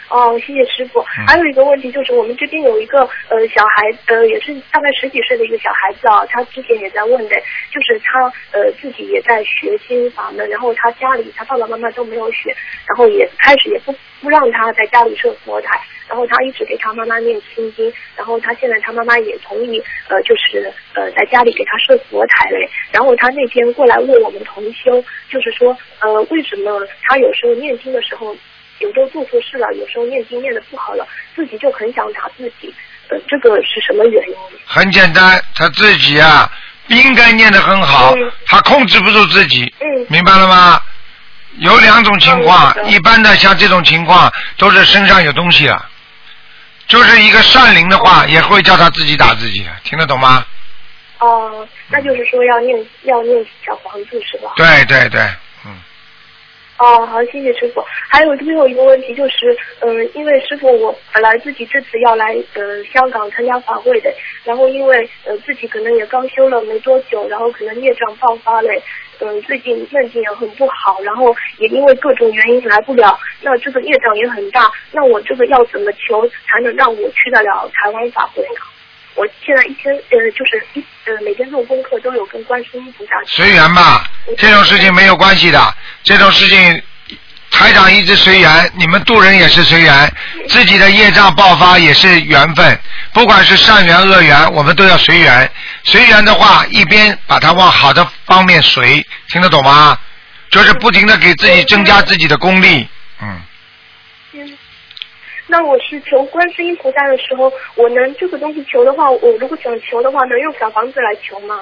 Speaker 3: 哦，谢谢师傅。还有一个问题就是，我们这边有一个呃小孩，呃也是大概十几岁的一个小孩子啊，他之前也在问的，就是他呃自己也在学心法门，然后他家里他爸爸妈妈都没有学，然后也开始也不不让他在家里设佛台，然后他一直给他妈妈念心经，然后他现在他妈妈也同意呃就是呃在家里给他设佛台嘞，然后他那天过来问我们同修，就是说呃为什么他有时候念经的时候。有时候做错事了，有时候念经念的不好了，自己就很想打自己，呃，这个是什么原因？
Speaker 1: 很简单，他自己啊，应该念得很好
Speaker 3: 嗯，
Speaker 1: 他控制不住自己，
Speaker 3: 嗯
Speaker 1: 明白了吗？有两种情况
Speaker 3: 嗯，
Speaker 1: 一般的像这种情况都是身上有东西了，就是一个善灵的话，也会叫他自己打自己的，啊听得懂吗？
Speaker 3: 哦、那就是说要念要念小房子是吧？
Speaker 1: 对对对，嗯，
Speaker 3: 哦，好，谢谢师傅。还有最后一个问题就是，嗯、因为师傅我本来自己这次要来呃香港参加法会的，然后因为呃自己可能也刚修了没多久，然后可能孽障爆发了，嗯、最近运境也很不好，然后也因为各种原因来不了，那这个业障也很大，那我这个要怎么求才能让我去得了台湾法会呢？我现在一天呃就是一呃每天做功课都有跟观世音菩萨
Speaker 1: 随缘吧，这种事情没有关系的，这种事情台长一直随缘，你们渡人也是随缘，自己的业障爆发也是缘分，不管是善缘恶缘，我们都要随缘。随缘的话，一边把它往好的方面随，听得懂吗？就是不停的给自己增加自己的功力，嗯，
Speaker 3: 嗯，那我是求观世音菩萨的时候，我能这个东西求的话，我如果想求的话，能用小房子来求吗？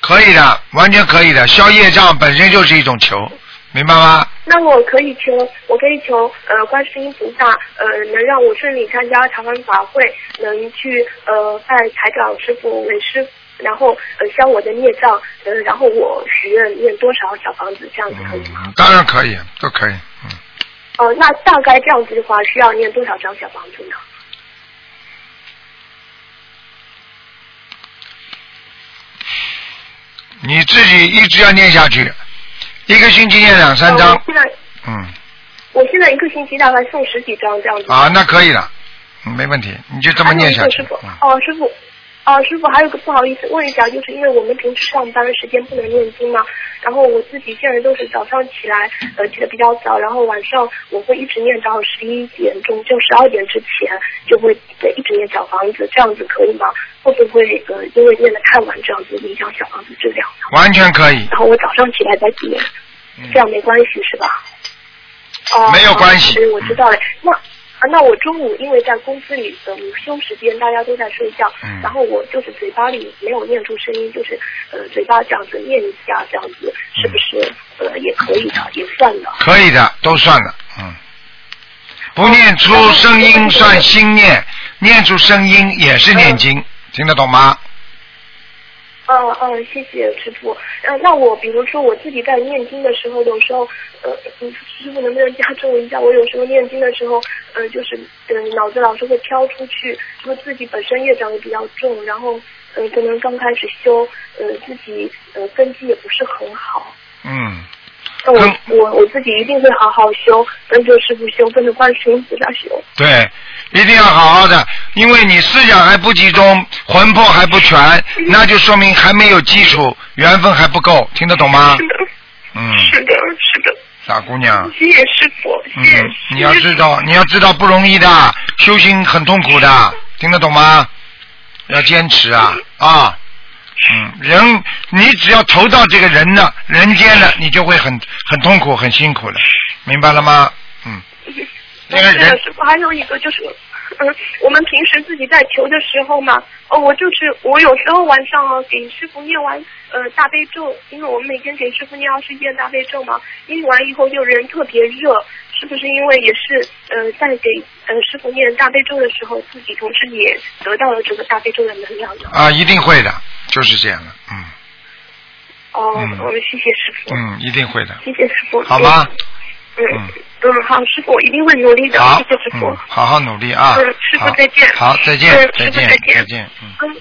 Speaker 1: 可以的，完全可以的。消业障本身就是一种求，明白吗？
Speaker 3: 那我可以求，我可以求呃观世音菩萨，呃能让我顺利参加长安法会，能去呃拜台长师傅为师父，然后呃消我的孽障，呃然后我许愿念多少小房子这样子可以吗？
Speaker 1: 嗯，当然可以，都可以，嗯，
Speaker 3: 呃，那大概这样子的话，需要念多少张小房子呢？
Speaker 1: 你自己一直要念下去，一个星期念两三
Speaker 3: 呃
Speaker 1: 章
Speaker 3: 我，现在
Speaker 1: 嗯，
Speaker 3: 我现在一个星期大概送十几张这样子。
Speaker 1: 啊，那可以了，嗯没问题，你就这么念下
Speaker 3: 还有
Speaker 1: 去
Speaker 3: 一个师，傅
Speaker 1: 嗯，
Speaker 3: 哦，师傅，哦，师傅，还有个不好意思问一下，就是因为我们平时上班的时间不能念经嘛，然后我自己现在都是早上起来，呃，起得比较早，然后晚上我会一直念到十一点钟，就十二点之前就会呃一直念小房子，这样子可以吗？会不会呃因为念得太晚，这样子影响小房子质量？
Speaker 1: 完全可以，
Speaker 3: 然后我早上起来再点，这样没关系是吧？哦，
Speaker 1: 嗯没有关系嗯
Speaker 3: 哦对我知道了。那啊那我中午因为在公司里的午休时间，大家都在睡觉，
Speaker 1: 嗯
Speaker 3: 然后我就是嘴巴里没有念出声音，就是呃嘴巴这样子念一下，这样子是不是、呃也可以的，也算的？
Speaker 1: 可以的，都算了，嗯，不念出声音算心念，念出声音也是念经，听得懂吗？
Speaker 3: 嗯嗯，谢谢师傅。呃，那我比如说我自己在念经的时候，有时候呃，嗯师傅能不能加重一下？我有时候念经的时候，呃，就是呃脑子老是会飘出去，说自己本身业障也比较重，然后呃可能刚开始修，呃自己呃根基也不是很好。
Speaker 1: 嗯，
Speaker 3: 那我
Speaker 1: 跟
Speaker 3: 我我自己一定会好好修，跟着师傅修，跟着观世音菩萨修。
Speaker 1: 对，一定要好好的，因为你思想还不集中，魂魄还不全，那就说明还没有基础，缘分还不够，听得懂吗？嗯，
Speaker 3: 是的，是的，
Speaker 1: 傻姑娘，
Speaker 3: 谢谢师傅，
Speaker 1: 嗯，你要知道，你要知道不容易的，修行很痛苦的，听得懂吗？要坚持啊啊！嗯，人你只要投到这个人了，人间了，你就会很很痛苦、很辛苦了，明白了吗？嗯，那个
Speaker 3: 是的，
Speaker 1: 人
Speaker 3: 师傅，还有一个就是，嗯，我们平时自己在求的时候嘛，哦，我就是我有时候晚上啊，给师傅念完呃大悲咒，因为我们每天给师傅念二十遍大悲咒嘛，念完以后就人特别热，是不是因为也是呃在给呃师傅念大悲咒的时候，自己同时也得到了这个大悲咒的能量呢？
Speaker 1: 啊，一定会的，就是这样的，嗯
Speaker 3: 哦，我、
Speaker 1: 嗯
Speaker 3: 谢谢师傅，
Speaker 1: 嗯，一定会的，
Speaker 3: 谢谢师傅，
Speaker 1: 好吗？
Speaker 3: 嗯？
Speaker 1: 嗯
Speaker 3: 嗯嗯，好，师傅，我一定会努力的，
Speaker 1: 好
Speaker 3: 谢谢师，傅。
Speaker 1: 嗯，好好努力啊
Speaker 3: 嗯师！傅
Speaker 1: 好
Speaker 3: 再见
Speaker 1: 好，再见
Speaker 3: 嗯，
Speaker 1: 再
Speaker 3: 师傅
Speaker 1: 见
Speaker 3: 再，见
Speaker 1: 再见，嗯。
Speaker 3: 嗯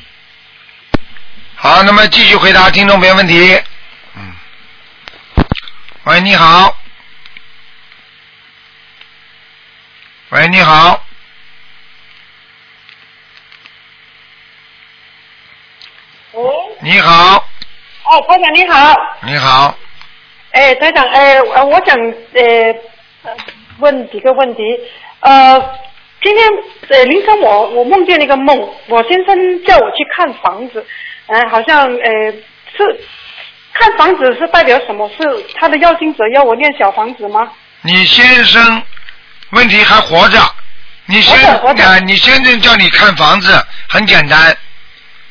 Speaker 1: 好，那么继续回答听众朋友问题。嗯，喂，你好。喂，你好。
Speaker 6: 喂，
Speaker 1: 你好，
Speaker 6: 哎，台长你好，
Speaker 1: 你好，
Speaker 6: 哎，台长，哎，呃我想呃呃问几个问题，呃，今天呃凌晨我我梦见了一个梦，我先生叫我去看房子，呃，好像呃是看房子是代表什么？是他的要经者要我念小房子吗？
Speaker 1: 你先生问题还活着？你先
Speaker 6: 活着活着
Speaker 1: 啊，你先生叫你看房子，很简单。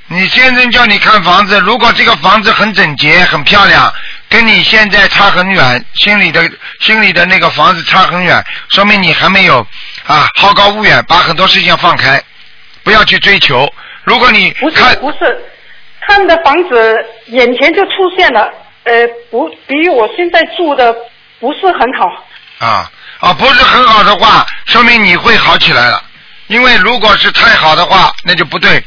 Speaker 1: 你先生叫你看房子，如果这个房子很整洁、很漂亮，跟你现在差很远，心里的心里的那个房子差很远，说明你还没有啊好高骛远，把很多事情放开，不要去追求。如果你
Speaker 6: 不
Speaker 1: 看
Speaker 6: 是不是，他们的房子眼前就出现了，呃，不比我现在住的不是很好，
Speaker 1: 啊啊不是很好的话，说明你会好起来了。因为如果是太好的话，那就不对。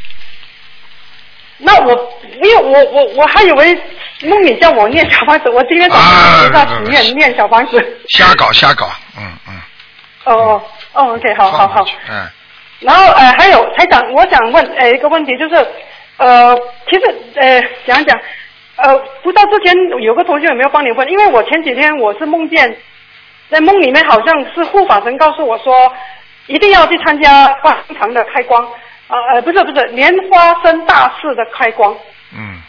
Speaker 6: 那我因为我我我还以为梦里叫我念小房子，我今天早上菩萨许
Speaker 1: 啊
Speaker 6: 愿念小房子。
Speaker 1: 瞎搞瞎搞，嗯嗯，
Speaker 6: 哦哦哦，OK，好好好
Speaker 1: 放回去，嗯，
Speaker 6: 然后呃，还有台长，我想问呃一个问题，就是呃，其实呃讲讲呃，不知道之前有个同学有没有帮你问？因为我前几天我是梦见在梦里面好像是护法神告诉我说，一定要去参加花生堂的开光，呃呃，不是不是莲花生大士的开光。
Speaker 1: 嗯，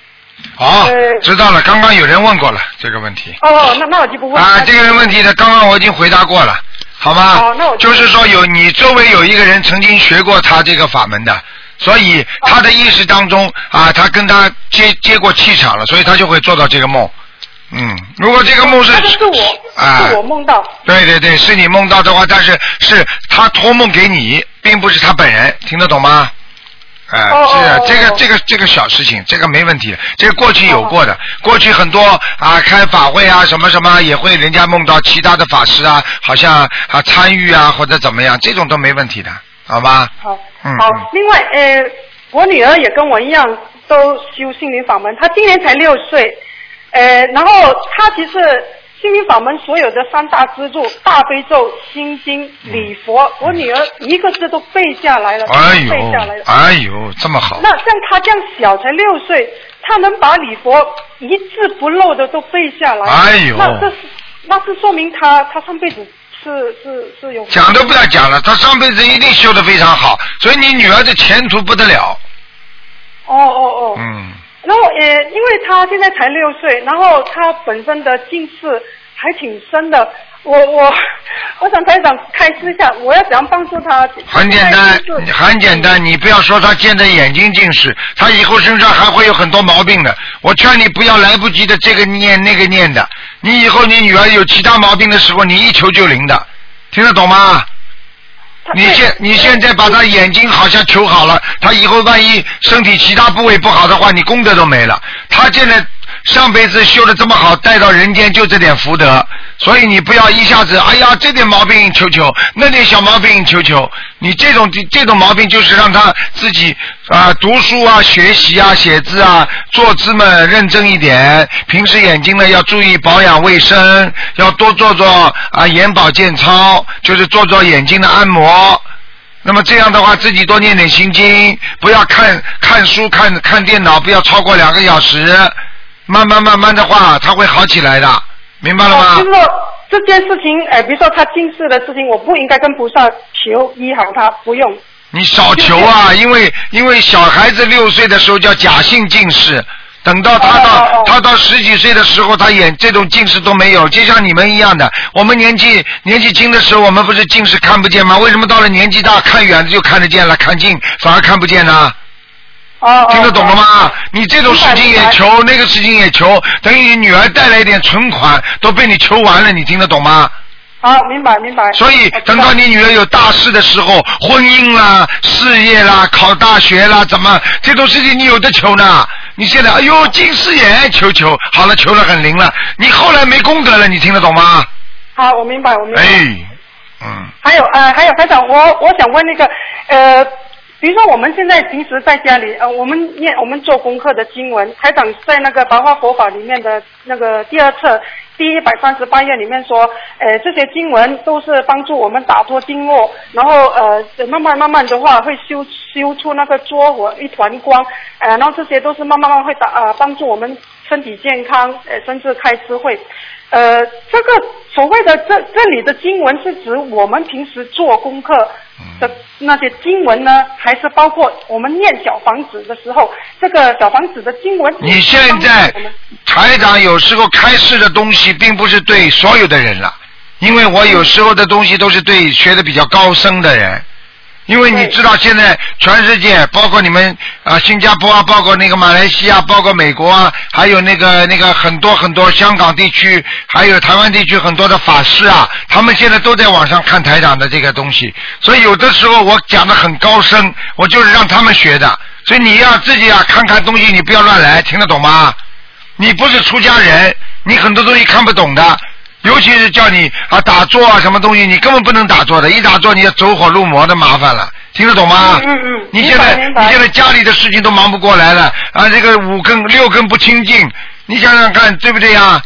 Speaker 1: 好、
Speaker 6: 呃
Speaker 1: 知道了。刚刚有人问过了这个问题。
Speaker 6: 哦，那那我就不问。
Speaker 1: 啊，这个人问题呢，刚刚我已经回答过了，好吗？
Speaker 6: 哦那我知
Speaker 1: 就
Speaker 6: 道
Speaker 1: 是说有你周围有一个人曾经学过他这个法门的，所
Speaker 6: 哦
Speaker 1: 以他的意识当中啊，他跟他接接过气场了，所以他就会做到这个梦。嗯，如果这个梦是
Speaker 6: 那个是我，
Speaker 1: 啊
Speaker 6: 是我梦到。
Speaker 1: 对对对，是你梦到的话，但是是他托梦给你，并不是他本人，听得懂吗？哎、
Speaker 6: 哦
Speaker 1: 是啊
Speaker 6: 哦
Speaker 1: 这
Speaker 6: 哦
Speaker 1: 个这个这个小事情，这个没问题，这个过去有过的，过去很多啊开法会啊什么什么也会人家梦到其他的法师啊，好像啊参与啊或者怎么样，这种都没问题的，好吧？
Speaker 6: 好，
Speaker 1: 嗯
Speaker 6: 好
Speaker 1: 嗯。
Speaker 6: 另外，呃，我女儿也跟我一样都修心灵法门，她今年才六岁，呃，然后她其实心灵法门所有的三大支柱——大悲咒、心经、礼佛，我女儿一个字都背下来了，
Speaker 1: 嗯哎
Speaker 6: 全部背下来
Speaker 1: 呦
Speaker 6: 了。
Speaker 1: 哎呦，这么好，
Speaker 6: 那像她这样小才六岁，她能把礼佛一字不漏的都背下来，
Speaker 1: 哎呦
Speaker 6: 那这是那是说明她她上辈子是是是有
Speaker 1: 讲都不要讲了，他上辈子一定修得非常好，所以你女儿的前途不得了，
Speaker 6: 哦哦哦，
Speaker 1: 嗯。
Speaker 6: 然后呃，因为他现在才六岁，然后他本身的近视还挺深的。我我 我想台长开示一下，我要怎样帮助他？
Speaker 1: 很简单
Speaker 6: 他现在近视，
Speaker 1: 很简单，你不要说他现在眼睛近视，他以后身上还会有很多毛病的。我劝你不要来不及的这个念那个念的，你以后你女儿有其他毛病的时候，你一求就灵的，听得懂吗？
Speaker 6: 他
Speaker 1: 你现你现在把她眼睛好像求好了，她以后万一身体其他部位不好的话，你功德都没了。她现在上辈子修的这么好，带到人间就这点福德，所以你不要一下子，哎呀，这点毛病求求，那点小毛病求求，你这种这种毛病就是让她自己啊、读书啊、学习啊、写字啊、坐姿嘛认真一点，平时眼睛呢要注意保养卫生，要多做做啊、眼保健操，就是做做眼睛的按摩。那么这样的话，自己多念点心经，不要看看书、看看电脑，不要超过两个小时。慢慢慢慢的话，他会好起来的，明白了
Speaker 6: 哦
Speaker 1: 吗
Speaker 6: 就是？说这件事情，呃，比如说他近视的事情，我不应该跟菩萨求医好他，不用。
Speaker 1: 你少求 啊，因为因为小孩子六岁的时候叫假性近视，等到他到、
Speaker 6: 哦哦哦
Speaker 1: 他到十几岁的时候，他眼这种近视都没有，就像你们一样的。我们年纪年纪轻的时候，我们不是近视看不见吗？为什么到了年纪大，看远的就看得见了，看近反而看不见呢？
Speaker 6: 哦，
Speaker 1: 听得懂了
Speaker 6: 哦？
Speaker 1: 吗？你这种事情也
Speaker 6: 明
Speaker 1: 求，那个事情也求，等于你女儿带来一点存款都被你求完了，你听得懂吗？
Speaker 6: 好，明白明白。
Speaker 1: 所以
Speaker 6: 我知道
Speaker 1: 等到你女儿有大事的时候，婚姻啦、事业啦、考大学啦，怎么这种事情你有的求呢？你现在哎呦近视眼求求，好了求了很灵了，你后来没功德了，你听得懂吗？
Speaker 6: 好，我明白我明白。
Speaker 1: 哎，嗯，
Speaker 6: 还有呃，还有台长，我我想问那个呃，比如说我们现在平时在家里呃，我们念我们做功课的经文，台长在那个《白话佛法》里面的那个第二册第一百三十八页里面说，呃，这些经文都是帮助我们打脱经络，然后呃，慢慢慢慢的话会修修出那个拙火一团光，呃，然后这些都是慢慢慢慢会打呃帮助我们身体健康，呃，甚至开智慧。呃，这个所谓的这这里的经文是指我们平时做功课
Speaker 1: 嗯
Speaker 6: 的那些经文呢，还是包括我们念小房子的时候，这个小房子的经文？
Speaker 1: 你现在
Speaker 6: 我们
Speaker 1: 台长有时候开示的东西，并不是对所有的人了，因为我有时候的东西都是对学的比较高深的人。因为你知道现在全世界，包括你们啊，新加坡啊，包括那个马来西亚，包括美国啊，还有那个那个很多很多香港地区，还有台湾地区很多的法师啊，他们现在都在网上看台长的这个东西，所以有的时候我讲的很高深，我就是让他们学的，所以你要自己啊看看东西，你不要乱来，听得懂吗？你不是出家人，你很多东西看不懂的，尤其是叫你啊打坐啊什么东西，你根本不能打坐的，一打坐你就走火入魔的麻烦了，听得懂吗？
Speaker 6: 嗯嗯嗯
Speaker 1: 你现在
Speaker 6: 明白明
Speaker 1: 你
Speaker 6: 白
Speaker 1: 现在家里的事情都忙不过来了啊，这个五根六根不清净，你想想看对不对呀、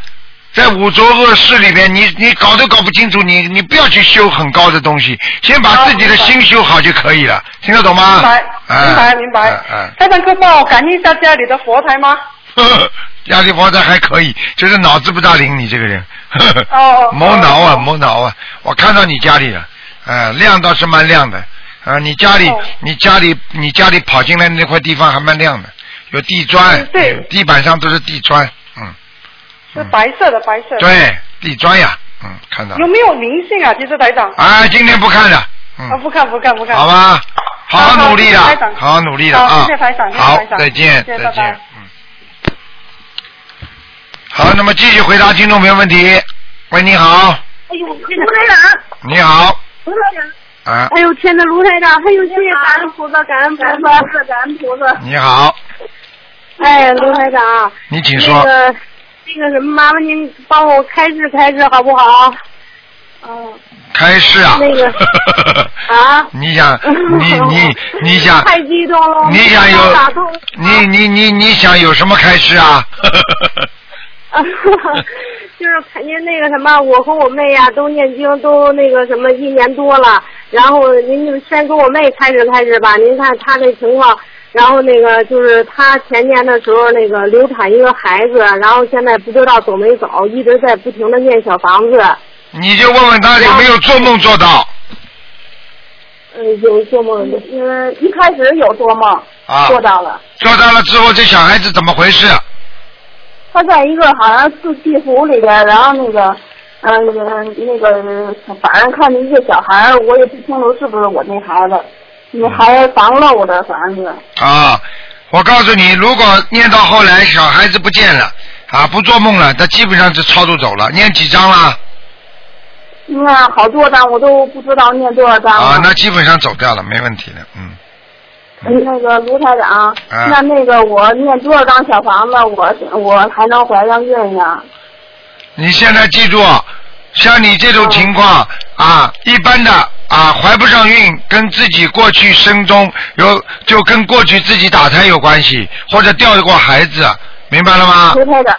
Speaker 1: 在五浊恶世里面，你你搞都搞不清楚，你你不要去修很高的东西，先把自己的心修好就可以了，听得懂吗？
Speaker 6: 啊明白，
Speaker 1: 哎
Speaker 6: 明白，明白
Speaker 1: 哎哎。
Speaker 6: 台长，可以帮我感应一下家里的佛台吗？
Speaker 1: 呵呵 压力佛在还可以，就是脑子不大灵，你这个人。呵呵
Speaker 6: 哦哦
Speaker 1: 毛挠啊，毛挠啊！我看到你家里了，呃，亮倒是蛮亮的，啊、你家里
Speaker 6: 哦，
Speaker 1: 你家里，你家里跑进来那块地方还蛮亮的，有地砖
Speaker 6: 嗯，对
Speaker 1: 地板上都是地砖，嗯，
Speaker 6: 是白色的，白色的。。
Speaker 1: 对，地砖呀，嗯，看到了
Speaker 6: 有。没有灵性啊？其实台长。
Speaker 1: 啊，今天不看了，嗯，
Speaker 6: 啊，不看，不看，不看。
Speaker 1: 好吧，好
Speaker 6: 好
Speaker 1: 努力
Speaker 6: 好谢谢
Speaker 1: 了
Speaker 6: 台，长
Speaker 1: 好好努力了
Speaker 6: 好
Speaker 1: 啊！
Speaker 6: 谢谢台长谢谢
Speaker 1: 好
Speaker 6: 台，长
Speaker 1: 再见，
Speaker 6: 谢谢
Speaker 1: 再
Speaker 6: 拜
Speaker 1: 见
Speaker 6: 拜，
Speaker 1: 嗯。好，那么继续回答听众朋友问题。喂，你好，
Speaker 3: 哎呦，卢台长，
Speaker 1: 你好，
Speaker 3: 卢台长，
Speaker 1: 啊，
Speaker 3: 哎呦天呐，卢台长，哎呦谢谢感恩菩萨，感恩菩萨，感恩菩萨。
Speaker 1: 你好，
Speaker 3: 哎，卢台长，
Speaker 1: 你请
Speaker 3: 那
Speaker 1: 说。
Speaker 3: 个那个什么，麻烦您帮我开示开示好不好？嗯，
Speaker 1: 开始啊。
Speaker 3: 那个啊
Speaker 1: 你想，你你你想，
Speaker 3: 太激动了，
Speaker 1: 你想
Speaker 3: 我打
Speaker 1: 有
Speaker 3: 通，
Speaker 1: 你你你你想有什么开始啊？
Speaker 3: 啊， 就是看见那个什么，我和我妹呀、都念经，都那个什么一年多了。然后您就先跟我妹开始开始吧，您看她这情况。然后那个就是她前年的时候那个流产一个孩子，然后现在不知道走没走，一直在不停的念小房子。
Speaker 1: 你就问问他有没有做梦做到
Speaker 3: 嗯，有做梦，嗯，一开始有做梦，
Speaker 1: 啊？
Speaker 3: 做到了。
Speaker 1: 做到了之后，这小孩子怎么回事？
Speaker 3: 他在一个好像是地府里边，然后那个，嗯、那个那个，反正看见一个小孩儿，我也不清楚是不是我那孩子，那
Speaker 1: 嗯
Speaker 3: 孩子防漏的，反正是。
Speaker 1: 啊，我告诉你，如果念到后来小孩子不见了，啊，不做梦了，他基本上是超度走了。念几张了？
Speaker 3: 你看好多张，我都不知道念多少张了。
Speaker 4: 嗯
Speaker 1: 啊，那基本上走掉了，没问题的，嗯。
Speaker 3: 那个卢台长，
Speaker 1: 嗯
Speaker 3: 那那个我念多少张小房子，我我还能怀上孕呀？
Speaker 1: 你现在记住，像你这种情况啊，一般的啊，怀不上孕跟自己过去生中有，就跟过去自己打胎有关系，或者掉过孩子，明白了吗？
Speaker 3: 卢台长，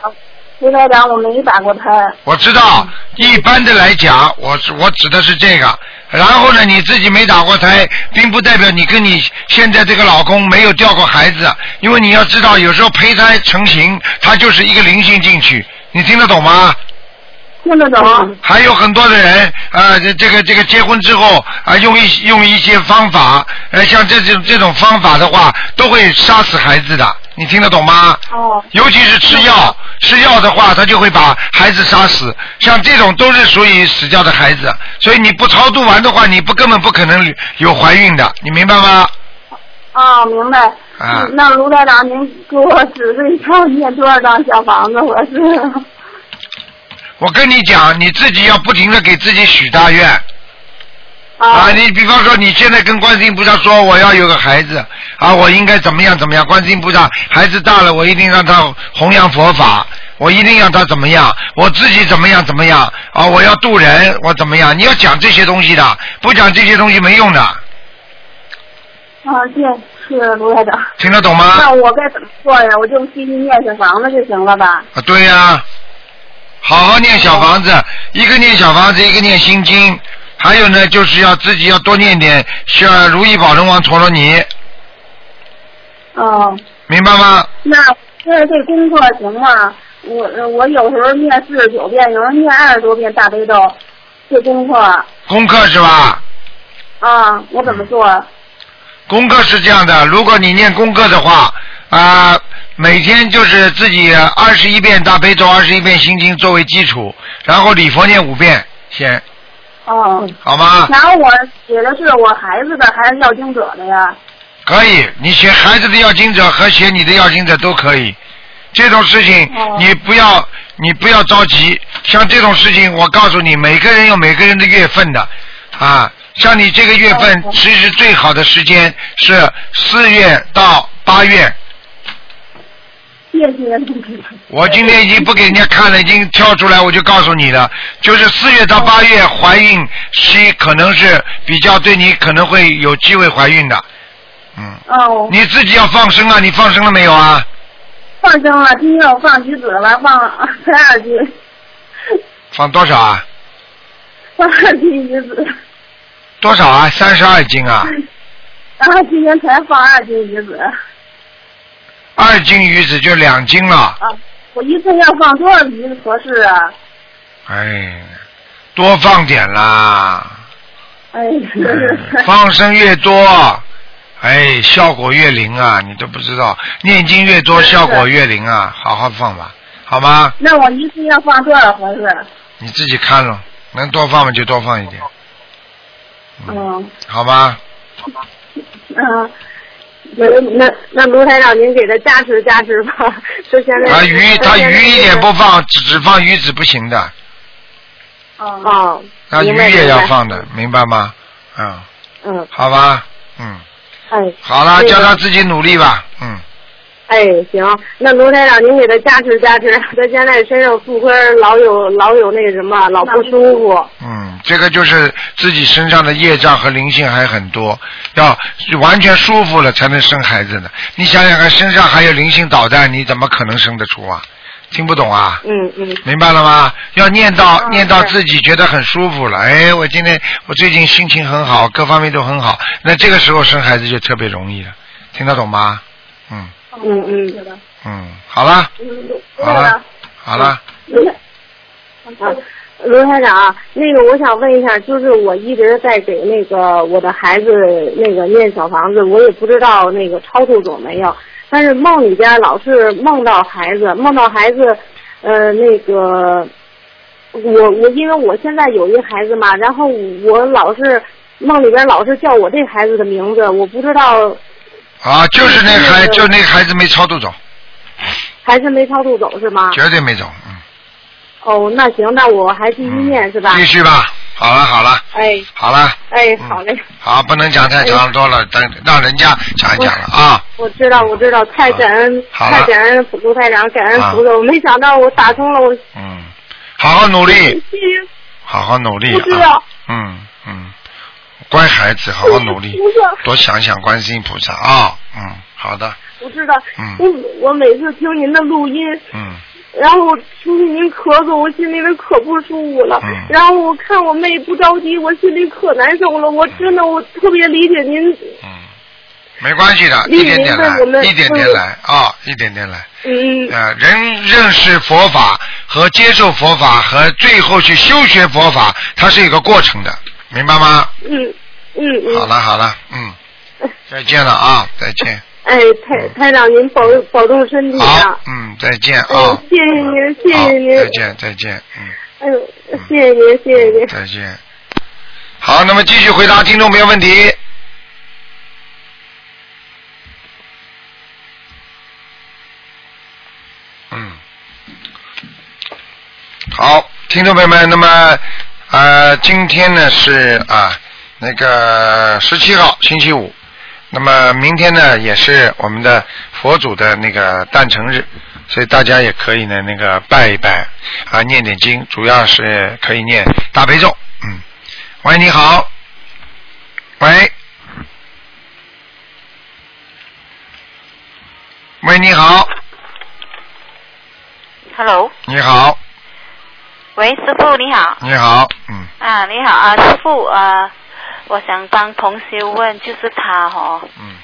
Speaker 3: 卢台长，我没打过胎。
Speaker 1: 我知道，一般的来讲，我是我指的是这个。然后呢，你自己没打过胎，并不代表你跟你现在这个老公没有掉过孩子，因为你要知道，有时候胚胎成型，它就是一个灵性进去，你听得懂吗？
Speaker 3: 听得懂？
Speaker 1: 还有很多的人啊、呃这这个这个结婚之后啊、用一用一些方法，呃，像这种这种方法的话，都会杀死孩子的，你听得懂吗？
Speaker 3: 哦，
Speaker 1: 尤其是吃药，吃药的话，他就会把孩子杀死。像这种都是属于死掉的孩子，所以你不超度完的话，你不根本不可能有怀孕的，你明白吗？
Speaker 3: 哦，明白。
Speaker 1: 啊
Speaker 3: 嗯那卢台长，您给我指示一下，念多少张小房子？我是
Speaker 1: 我跟你讲，你自己要不停的给自己许大愿啊！
Speaker 3: 啊，
Speaker 1: 你比方说，你现在跟观世音菩萨说我要有个孩子啊，我应该怎么样怎么样？观世音菩萨，孩子大了，我一定让他弘扬佛法，我一定让他怎么样？我自己怎么样怎么样啊？我要渡人，我怎么样？你要讲这些东西的，不讲这些东西没用的。
Speaker 3: 啊，对，是卢台长。
Speaker 1: 听得懂吗
Speaker 3: 那？我该怎么做呀？我就继续念小房子就行了吧？
Speaker 1: 啊，对呀、好好念小房子，一个念小房子，一个念心经，还有呢，就是要自己要多念点像如意宝龙王陀罗尼，
Speaker 3: 哦，
Speaker 1: 明白吗？
Speaker 3: 那这这功课行吗？我我有时候念四十九遍，有时候念二十多遍大悲咒，这功课
Speaker 1: 功课是吧？
Speaker 3: 啊，我怎么做？
Speaker 1: 功课是这样的，如果你念功课的话，啊、每天就是自己二十一遍大悲咒，二十一遍心经作为基础，然后礼佛念五遍先，
Speaker 3: 哦，
Speaker 1: 好吗？
Speaker 3: 然后我写的是我孩子的还是要经者的呀？
Speaker 1: 可以，你写孩子的要经者和写你的要经者都可以。这种事情
Speaker 3: 哦
Speaker 1: 你不要，你不要着急。像这种事情，我告诉你，每个人有每个人的月份的，啊，像你这个月份
Speaker 3: 哦，
Speaker 1: 其实最好的时间是四月到八月。
Speaker 3: 谢谢。
Speaker 1: 我今天已经不给人家看了，已经跳出来，我就告诉你了，就是四月到八
Speaker 3: 哦
Speaker 1: 月怀孕期可能是比较对你可能会有机会怀孕的，嗯，
Speaker 3: 哦，
Speaker 1: 你自己要放生啊，你放生了没有啊？
Speaker 3: 放生了，今天我放橘子了，放二十二句。
Speaker 1: 放多少啊？
Speaker 3: 放第一子
Speaker 1: 多少啊？三十二斤啊？
Speaker 3: 然后今天才放二斤鱼子，
Speaker 1: 二斤鱼子就两斤了。
Speaker 3: 我一次要放多少鱼合适啊？
Speaker 1: 哎，多放点 啦，
Speaker 3: 哎，真是。
Speaker 1: 放生越多，哎，效果越灵啊！你都不知道，念经越多，效果越灵啊！好好放吧，好吗？
Speaker 3: 那我一次要放多少合适？啊
Speaker 1: 你自己看咯，能多放嘛就多放一点，
Speaker 3: 嗯
Speaker 1: 好吗？
Speaker 3: 嗯，那那那卢台长，您给他加持加持吧。 就现在
Speaker 1: 啊，鱼
Speaker 3: 他
Speaker 1: 它鱼一点不放，只只放鱼子不行的，
Speaker 3: 哦，
Speaker 1: 那嗯鱼
Speaker 3: 明白
Speaker 1: 也要
Speaker 3: 明白
Speaker 1: 放的，明白吗？嗯，
Speaker 3: 嗯，
Speaker 1: 好吧，嗯，
Speaker 3: 哎，
Speaker 1: 好了，
Speaker 3: 对
Speaker 1: 叫
Speaker 3: 的
Speaker 1: 他自己努力吧，嗯。
Speaker 3: 哎，行，那卢台长，您给他加持加持，他现在身上妇科老有老有那什么，老不舒服。
Speaker 1: 嗯，这个就是自己身上的业障和灵性还很多，要完全舒服了才能生孩子呢。你想想看，身上还有灵性导弹，你怎么可能生得出啊？听不懂啊？
Speaker 3: 嗯嗯，
Speaker 1: 明白了吗？要念到、
Speaker 3: 嗯
Speaker 1: 念到
Speaker 3: 对
Speaker 1: 自己觉得很舒服了，哎，我今天我最近心情很好，各方面都很好，那这个时候生孩子就特别容易了，听得懂吗？嗯
Speaker 3: 嗯嗯，
Speaker 1: 嗯，好了好了好了，
Speaker 3: 卢啊卢台长，啊那个我想问一下，就是我一直在给那个我的孩子那个念小房子，我也不知道那个超度走没有，但是梦里边老是梦到孩子，梦到孩子，呃，那个我我因为我现在有一个孩子嘛，然后我老是梦里边老是叫我这孩子的名字，我不知道
Speaker 1: 啊，就是那孩
Speaker 3: 嗯
Speaker 1: 就那孩子没超度走，
Speaker 3: 还是没超度走是吗？
Speaker 1: 绝对没走，嗯。
Speaker 3: 哦，那行，那我还继续念是吧
Speaker 1: 继？续嗯吧，好了好了
Speaker 3: 哎
Speaker 1: 好了，
Speaker 3: 哎，
Speaker 1: 嗯
Speaker 3: 好 嘞。
Speaker 1: 好，不能讲太长多了，等让人家讲一讲了啊。
Speaker 3: 哎我知道，我知道，太感恩，
Speaker 1: 好了
Speaker 3: 太感恩卢台长，感恩
Speaker 1: 啊
Speaker 3: 菩萨。我没想到我打通了，我
Speaker 1: 嗯，好好努力，
Speaker 3: 必须
Speaker 1: 好好努力
Speaker 3: 不知
Speaker 1: 啊
Speaker 3: 道。
Speaker 1: 嗯嗯，乖孩子，好好努力，
Speaker 3: 不是
Speaker 1: 多想想观世音菩萨啊。嗯，好的，
Speaker 3: 我知道，
Speaker 1: 嗯
Speaker 3: 我我每次听您的录音，
Speaker 1: 嗯
Speaker 3: 然后我听见您咳嗽，我心里面可不舒服了。
Speaker 1: 嗯
Speaker 3: 然后我看我妹不着急，我心里可难受了。我真的，我特别理解您，
Speaker 1: 嗯，没关系的，
Speaker 3: 丽
Speaker 1: 一
Speaker 3: 云
Speaker 1: 点点来
Speaker 3: 问我，们
Speaker 1: 一点点来啊，一点点来。
Speaker 3: 嗯，
Speaker 1: 呃，人认识佛法和接受佛法和最后去修学佛法，它是有个过程的，明白吗？
Speaker 3: 嗯嗯嗯。
Speaker 1: 好了好了，嗯，再见了啊，再见。
Speaker 3: 哎，台
Speaker 1: 嗯
Speaker 3: 台长，您保保重身体
Speaker 1: 好
Speaker 3: 啊！，
Speaker 1: 嗯，再见啊。
Speaker 3: 哎，谢谢您，谢
Speaker 1: 好
Speaker 3: 谢您，
Speaker 1: 再见再见，嗯，
Speaker 3: 哎呦，谢谢您，谢谢您。
Speaker 1: 再见。好，那么继续回答听众朋友问题。嗯，好，听众朋友们，那么呃，今天呢是啊、那个十七号星期五，那么明天呢也是我们的佛祖的那个诞辰日，所以大家也可以呢那个拜一拜啊，念点经，主要是可以念大悲咒。嗯，喂，你好，喂，喂，你好，
Speaker 7: Hello，
Speaker 1: 你好，
Speaker 7: 喂，师傅你好
Speaker 1: 你好，嗯，
Speaker 7: 啊，你好啊，师傅啊，我想帮同学问，就是他哦，
Speaker 1: 嗯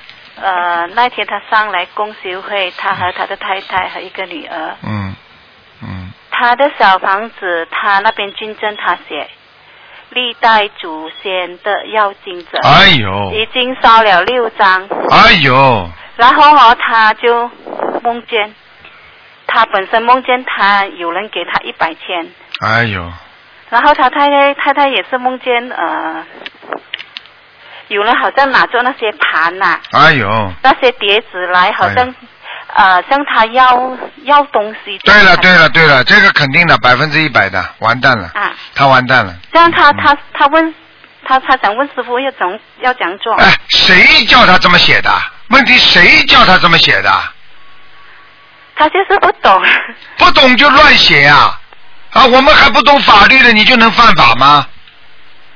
Speaker 7: 呃，那天他上来公修会，他和他的太太和一个女儿，
Speaker 1: 嗯嗯
Speaker 7: 他的小房子，他那边军证他写，历代祖先的要经者，
Speaker 1: 哎呦，
Speaker 7: 已经烧了六张，
Speaker 1: 哎呦，
Speaker 7: 然后哦，他就梦见，他本身梦见他有人给他一百千。
Speaker 1: 哎呦，
Speaker 7: 然后他太太太太也是梦见呃，有人好像拿着那些盘呐、
Speaker 1: 哎呦，
Speaker 7: 那些碟子来，好
Speaker 1: 哎
Speaker 7: 像、呃向他要要东西。
Speaker 1: 对了对了对了，这个肯定的，百分之一百的，完蛋了，
Speaker 7: 啊，
Speaker 1: 他完蛋了。
Speaker 7: 这样他他他问他他想问师傅要怎么要怎样做？
Speaker 1: 哎，谁叫他这么写的？问题谁叫他这么写的？
Speaker 7: 他就是不懂。
Speaker 1: 不懂就乱写呀、啊！我们还不懂法律的，你就能犯法吗？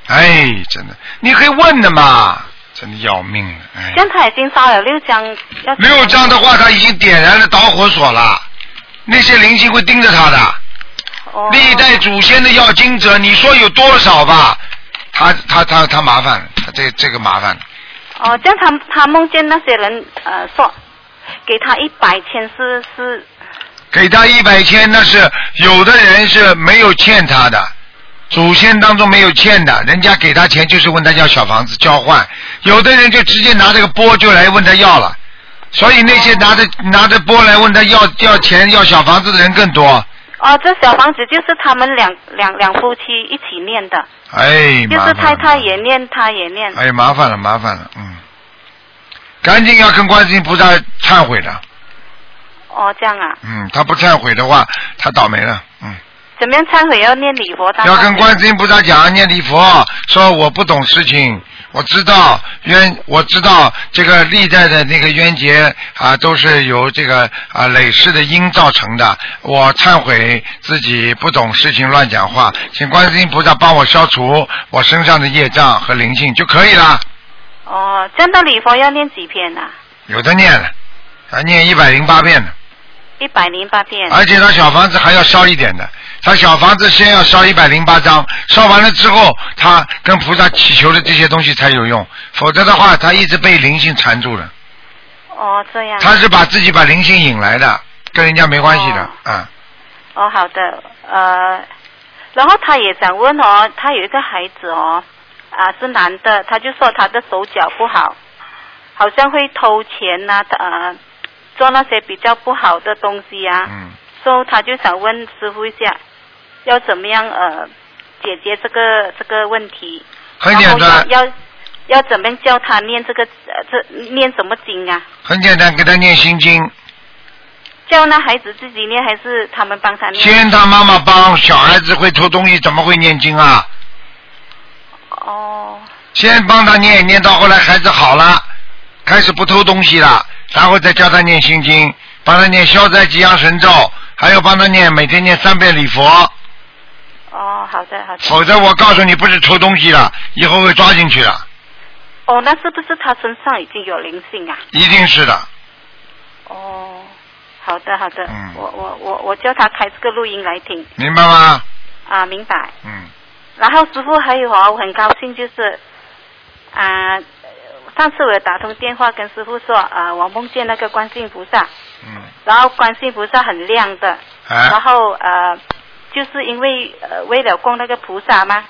Speaker 1: 哎，真的，你可以问的嘛，真的要命了！哎
Speaker 7: 这，样他已经烧了六张，要
Speaker 1: 六张的话，他已经点燃了导火索了，那些灵性会盯着他的。
Speaker 7: 哦
Speaker 1: 历代祖先的要经者，你说有多少吧？他他他他麻烦了，他这这个麻烦了。
Speaker 7: 哦，这样他他梦见那些人呃说，给他一百千是是
Speaker 1: 给他一百千，那是有的人是没有欠他的，祖先当中没有欠的，人家给他钱就是问他要小房子交换，有的人就直接拿这个钵就来问他要了，所以那
Speaker 7: 哦
Speaker 1: 些拿着拿着钵来问他要要钱要小房子的人更多。
Speaker 7: 哦，这小房子就是他们两两两夫妻一起念的，
Speaker 1: 哎，
Speaker 7: 就
Speaker 1: 麻
Speaker 7: 是
Speaker 1: 烦
Speaker 7: 太
Speaker 1: 了，
Speaker 7: 太也念，他也念。
Speaker 1: 哎，麻烦了，麻烦了，嗯，赶紧要跟观世音菩萨忏悔的，
Speaker 7: 哦，这样啊，
Speaker 1: 嗯，他不忏悔的话，他倒霉了，嗯。
Speaker 7: 怎么样忏悔要念礼佛？大
Speaker 1: 要
Speaker 7: 忏
Speaker 1: 跟
Speaker 7: 悔
Speaker 1: 观世音菩萨讲，念礼佛，说我不懂事情，我知道冤，我知道这个历代的那个冤结啊，都是由这个啊累世的因造成的。我忏悔自己不懂事情乱讲话，请观世音菩萨帮我消除我身上的业障和灵性就可以了。
Speaker 7: 哦，这样的礼佛要念几遍啊？
Speaker 1: 有的念了，啊念一百零八遍呢，
Speaker 7: 一百零八遍。
Speaker 1: 而且他小房子还要烧一点的。他小房子先要烧一百零八张，烧完了之后，他跟菩萨祈求的这些东西才有用，否则的话，他一直被灵性缠住了。
Speaker 7: 嗯哦，这样。
Speaker 1: 他是把自己把灵性引来的，跟人家没关系的，啊、
Speaker 7: 哦，好的，呃，然后他也想问哦，他有一个孩子哦，啊是男的，他就说他的手脚不好，好像会偷钱呐、他呃，做那些比较不好的东西啊，
Speaker 1: 嗯，
Speaker 7: 所以他就想问师傅一下，要怎么样呃解决这个这个问题？
Speaker 1: 很简
Speaker 7: 然后
Speaker 1: 单，
Speaker 7: 要要要怎么叫他念这个呃这念什么经啊？
Speaker 1: 很简单，给他念心经，
Speaker 7: 叫那孩子自己念还是他们帮他念？
Speaker 1: 先他妈妈帮小孩子会偷东西，怎么会念经啊？
Speaker 7: 哦。
Speaker 1: 先帮他念，念到后来孩子好了，开始不偷东西了，然后再教他念心经，帮他念消灾吉祥神咒，还要帮他念每天念三遍礼佛，
Speaker 7: 哦，好的好的。
Speaker 1: 否则我告诉你，不是偷东西了，以后会抓进去的，
Speaker 7: 哦，那是不是他身上已经有灵性啊？
Speaker 1: 一定是的。
Speaker 7: 哦，好的好的，
Speaker 1: 嗯
Speaker 7: 我我我我叫他开这个录音来听
Speaker 1: 明白吗？
Speaker 7: 啊，明白。
Speaker 1: 嗯。
Speaker 7: 然后师傅还有哦，我很高兴就是啊，上次我有打通电话跟师傅说啊，我梦见那个观世音菩萨，
Speaker 1: 嗯，
Speaker 7: 然后观世音菩萨很亮的，
Speaker 1: 哎
Speaker 7: 然后呃，就是因为呃为了供那个菩萨嘛，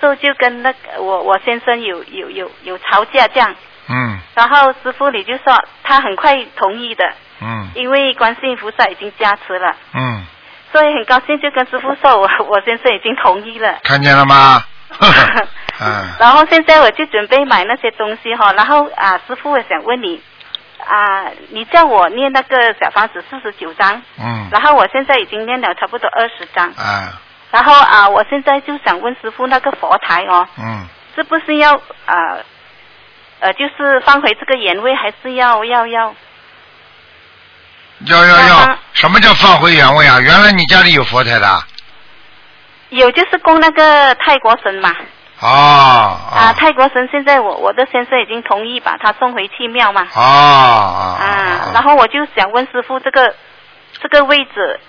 Speaker 7: 所以就跟那个我我先生有有有有吵架这样。
Speaker 1: 嗯
Speaker 7: 然后师傅你就说他很快同意的，
Speaker 1: 嗯
Speaker 7: 因为观世音菩萨已经加持了，
Speaker 1: 嗯，
Speaker 7: 所以很高兴就跟师傅说我我先生已经同 意了。
Speaker 1: 看见了吗？呵呵嗯，
Speaker 7: 然后现在我就准备买那些东西哈，然后啊师傅我想问你啊，你叫我念那个小房子四十九章，
Speaker 1: 嗯
Speaker 7: 然后我现在已经念了差不多二十章，
Speaker 1: 啊
Speaker 7: 然后啊我现在就想问师傅那个佛台哦，
Speaker 1: 嗯，
Speaker 7: 是不是要啊呃就是放回这个原位，还是要要要
Speaker 1: 要要
Speaker 7: 那
Speaker 1: 要
Speaker 7: 他，
Speaker 1: 什么叫放回原位啊？原来你家里有佛台的啊？
Speaker 7: 有就是供那个泰国神嘛，
Speaker 1: 哦
Speaker 7: 啊，泰国神现在我我的先生已经同意把他送回去庙嘛，
Speaker 1: 哦哦，
Speaker 7: 啊，然后我就想问师傅这个这个位置，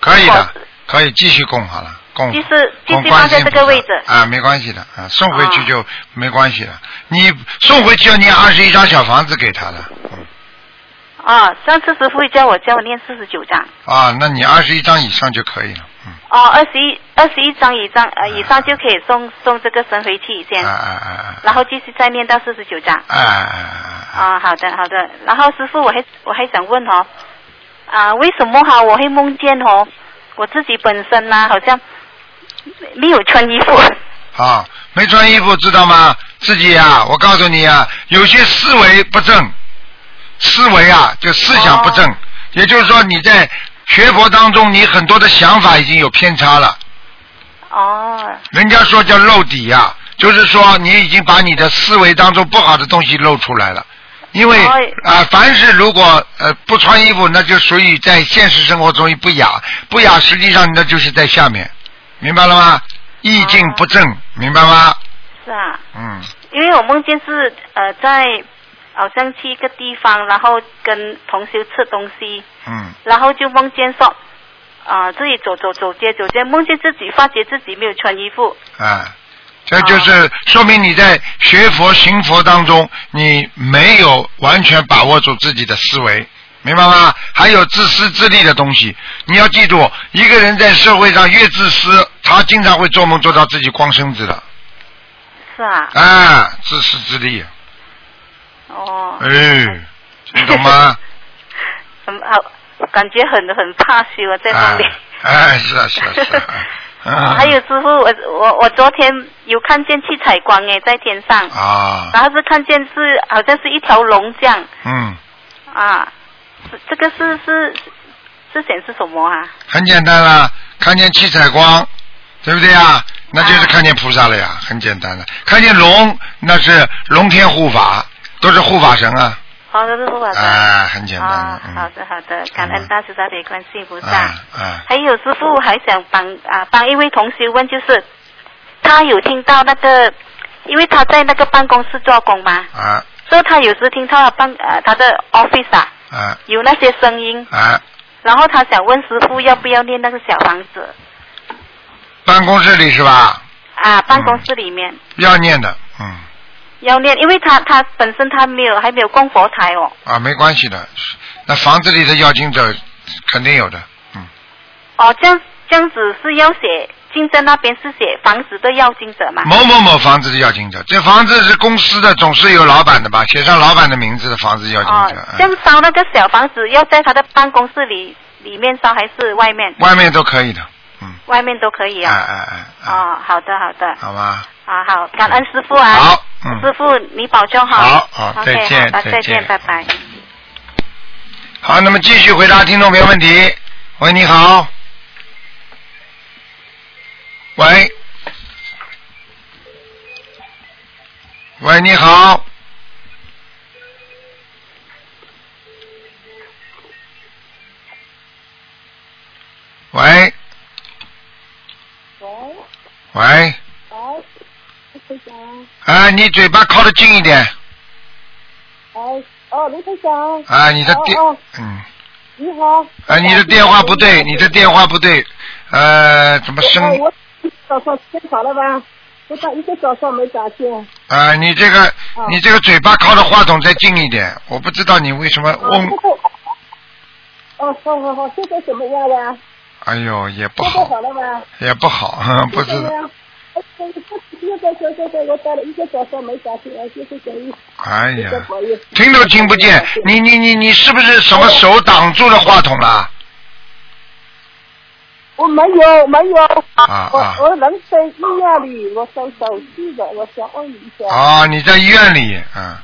Speaker 1: 可以的，可以继续供好了，供
Speaker 7: 就是就
Speaker 1: 供
Speaker 7: 是
Speaker 1: 关
Speaker 7: 放
Speaker 1: 心
Speaker 7: 在这个位置，
Speaker 1: 啊，没关系的啊，送回去就没关系了。你送回去要念二十一张小房子给他的嗯
Speaker 7: 啊，上次师傅叫我叫我念四十九章，
Speaker 1: 啊，那你二十一张以上就可以了。
Speaker 7: 哦，二十一二十一章以上呃以上就可以送送这个神回去先，
Speaker 1: 啊啊啊
Speaker 7: 然后继续再念到四十九章。
Speaker 1: 啊啊！
Speaker 7: 啊，好的好的。然后师傅，我还我还想问哦，啊，为什么哈我会梦见哦，我自己本身呢、好像没有 穿衣服。
Speaker 1: 啊，没穿衣服知道吗？自己啊，我告诉你啊，有些思维不正，思维啊就思想不正，也就是说你在学佛当中，你很多的想法已经有偏差了。
Speaker 7: 哦
Speaker 1: 人家说叫露底呀、就是说你已经把你的思维当中不好的东西露出来了。因为啊、凡是如果呃不穿衣服，那就属于在现实生活中不雅，不雅实际上那就是在下面，明白了吗？意境不正，明白吗？
Speaker 7: 是啊，
Speaker 1: 嗯，
Speaker 7: 因为我梦见是呃在好像去一个地方，然后跟同学吃东西，
Speaker 1: 嗯
Speaker 7: 然后就梦见说啊、自己走走走街走街，梦见自己发觉自己没有穿衣服，
Speaker 1: 啊，这就是说明你在学佛行佛当中，你没有完全把握住自己的思维，明白吗？还有自私自利的东西，你要记住，一个人在社会上越自私，他经常会做梦做到自己光身子的，
Speaker 7: 是啊，
Speaker 1: 啊，自私自利，
Speaker 7: 哦，
Speaker 1: 哎，你懂 吗？
Speaker 7: 很好，感觉很很怕羞啊，在
Speaker 1: 啊
Speaker 7: 方面。，
Speaker 1: 哎，是啊，是啊，是啊，啊
Speaker 7: 还有师傅，我我我昨天有看见七彩光哎，在天上，
Speaker 1: 啊，
Speaker 7: 然后是看见是好像是一条龙这样
Speaker 1: 嗯，
Speaker 7: 啊，是这个是是是显示什么啊？
Speaker 1: 很简单啦，看见七彩光，对不对
Speaker 7: 啊
Speaker 1: 呀？那就是看见菩萨了呀，很简单的。啊看见龙，那是龙天护法，都是护法神啊，
Speaker 7: 好哦的，师傅，好的。
Speaker 1: 哎，很简单
Speaker 7: 哦
Speaker 1: 的，，嗯，
Speaker 7: 好的好的，感恩大慈大悲观世音菩萨。
Speaker 1: 啊啊，
Speaker 7: 还有师傅还想帮啊帮一位同学问，就是他有听到那个，因为他在那个办公室做工嘛，
Speaker 1: 啊
Speaker 7: 所以他有时听到办呃他的 office 啊
Speaker 1: 啊
Speaker 7: 有那些声音，
Speaker 1: 啊！
Speaker 7: 然后他想问师傅要不要念那个小房子
Speaker 1: 办公室里是吧？
Speaker 7: 啊？
Speaker 1: 嗯
Speaker 7: 办公室里面、
Speaker 1: 要念的，嗯，
Speaker 7: 要念，因为他他本身他没有还没有供佛台哦
Speaker 1: 啊，没关系的。那房子里的要经者肯定有的，嗯，
Speaker 7: 哦这样这样子是要写金针那边是写房子的要金者嘛？
Speaker 1: 某某某房子的要经者，这房子是公司的，总是有老板的吧？写上老板的名字的房子要
Speaker 7: 哦
Speaker 1: 经者，，嗯
Speaker 7: 像烧那个小房子，要在他的办公室里里面烧还是外面？
Speaker 1: 外面都可以的，
Speaker 7: 外面都可以
Speaker 1: 哎
Speaker 7: 啊。
Speaker 1: 哎哎，
Speaker 7: 哦，好的好的，
Speaker 1: 好吧，
Speaker 7: 啊好，感恩师傅啊。
Speaker 1: 嗯好，嗯。
Speaker 7: 师傅你保重
Speaker 1: 好
Speaker 7: 好。
Speaker 1: 好
Speaker 7: OK，
Speaker 1: 再见
Speaker 7: 好的
Speaker 1: 再
Speaker 7: 再
Speaker 1: 见
Speaker 7: 见，拜拜。
Speaker 1: 好，那么继续回答听众朋友问题。喂，你好。喂。喂，你好。喂
Speaker 8: 喂
Speaker 1: 喂，
Speaker 8: 喂，卢台长，
Speaker 1: 啊，你嘴巴靠得近一点
Speaker 8: 哎，哦，卢台长，
Speaker 1: 啊，你的电，
Speaker 8: 哦哦，
Speaker 1: 嗯，
Speaker 8: 你好，
Speaker 1: 啊，你的电话不对，你的电话不对，呃，怎么声
Speaker 8: 哎，我早上睡着了吧？我打一个早上没打进，
Speaker 1: 啊、你这个你这个嘴巴靠着话筒再近一点，我不知道你为什么
Speaker 8: 嗯
Speaker 1: 嗡，
Speaker 8: 哦，好好好，现在怎么样了？
Speaker 1: 哎呦也不
Speaker 8: 现在
Speaker 1: 好
Speaker 8: 好了吧？
Speaker 1: 也不好， 不知道，
Speaker 8: 道。哎，不现在现在我打了一个早上没打进，哎，就是等于
Speaker 1: 哎呀
Speaker 8: 不，好意思。
Speaker 1: 听都听不见，你你你你是不是什么手挡住了话筒了？
Speaker 8: 我没有没有，
Speaker 1: 啊
Speaker 8: 我
Speaker 1: 啊
Speaker 8: 我人在医院里，我手手机的，我想问一下。
Speaker 1: 哦，你在医院里，嗯，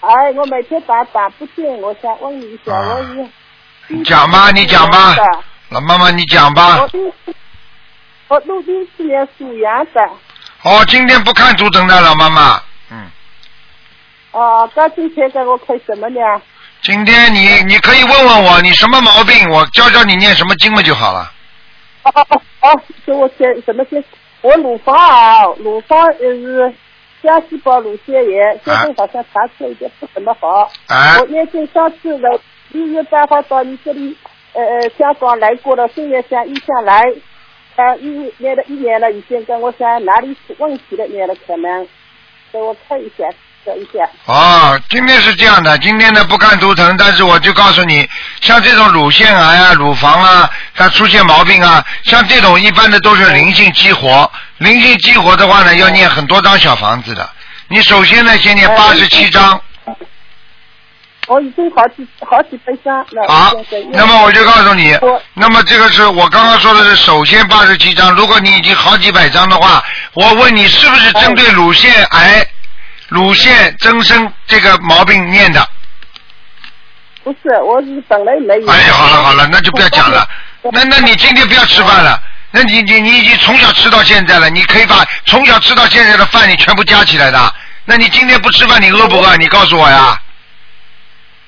Speaker 8: 哎，我每天打打不进，我想问一下，
Speaker 1: 啊
Speaker 8: 我一
Speaker 1: 你讲吧，你讲吧，
Speaker 8: 嗯
Speaker 1: 老妈妈你讲吧
Speaker 8: 我。一我六零四年属羊的，
Speaker 1: 哦，今天不看图腾的老妈妈，
Speaker 8: 哦，那今天给我看什么呢？
Speaker 1: 今天你你可以问问我你什么毛病，我教教你念什么经嘛就好了。
Speaker 8: 哦哦哦，给我先什么先？我乳房啊，乳房也是加细胞乳腺炎，最近好像查出来也不怎么好。
Speaker 1: 啊
Speaker 8: 我念经上次来一月八号到你这里，呃呃，香港来过了，现在想一下来，啊，一念了一年了，已经跟我想哪里出问题了，念了可能，给我看一下，等一下。
Speaker 1: 哦，今天是这样的，今天呢不看图腾，但是我就告诉你，像这种乳腺癌啊、乳房啊，它出现毛病啊，像这种一般的都是灵性激活，灵性激活的话呢，要念很多张小房子的。你首先呢，先念八十七张，
Speaker 8: 我已经好几好几杯伤了。
Speaker 1: 好
Speaker 8: 现在又
Speaker 1: 啊那么我就告诉你
Speaker 8: 我，
Speaker 1: 那么这个是我刚刚说的是首先八十七张，如果你已经好几百张的话，我问你是不是针对乳腺癌、乳腺增生这个毛病念的？
Speaker 8: 不是，我是本来没有。
Speaker 1: 哎呀，好了好了，那就不要讲了。那那你今天不要吃饭了，那你你你已经从小吃到现在了，你可以把从小吃到现在的饭你全部加起来的。那你今天不吃饭，你饿不饿？你告诉我呀。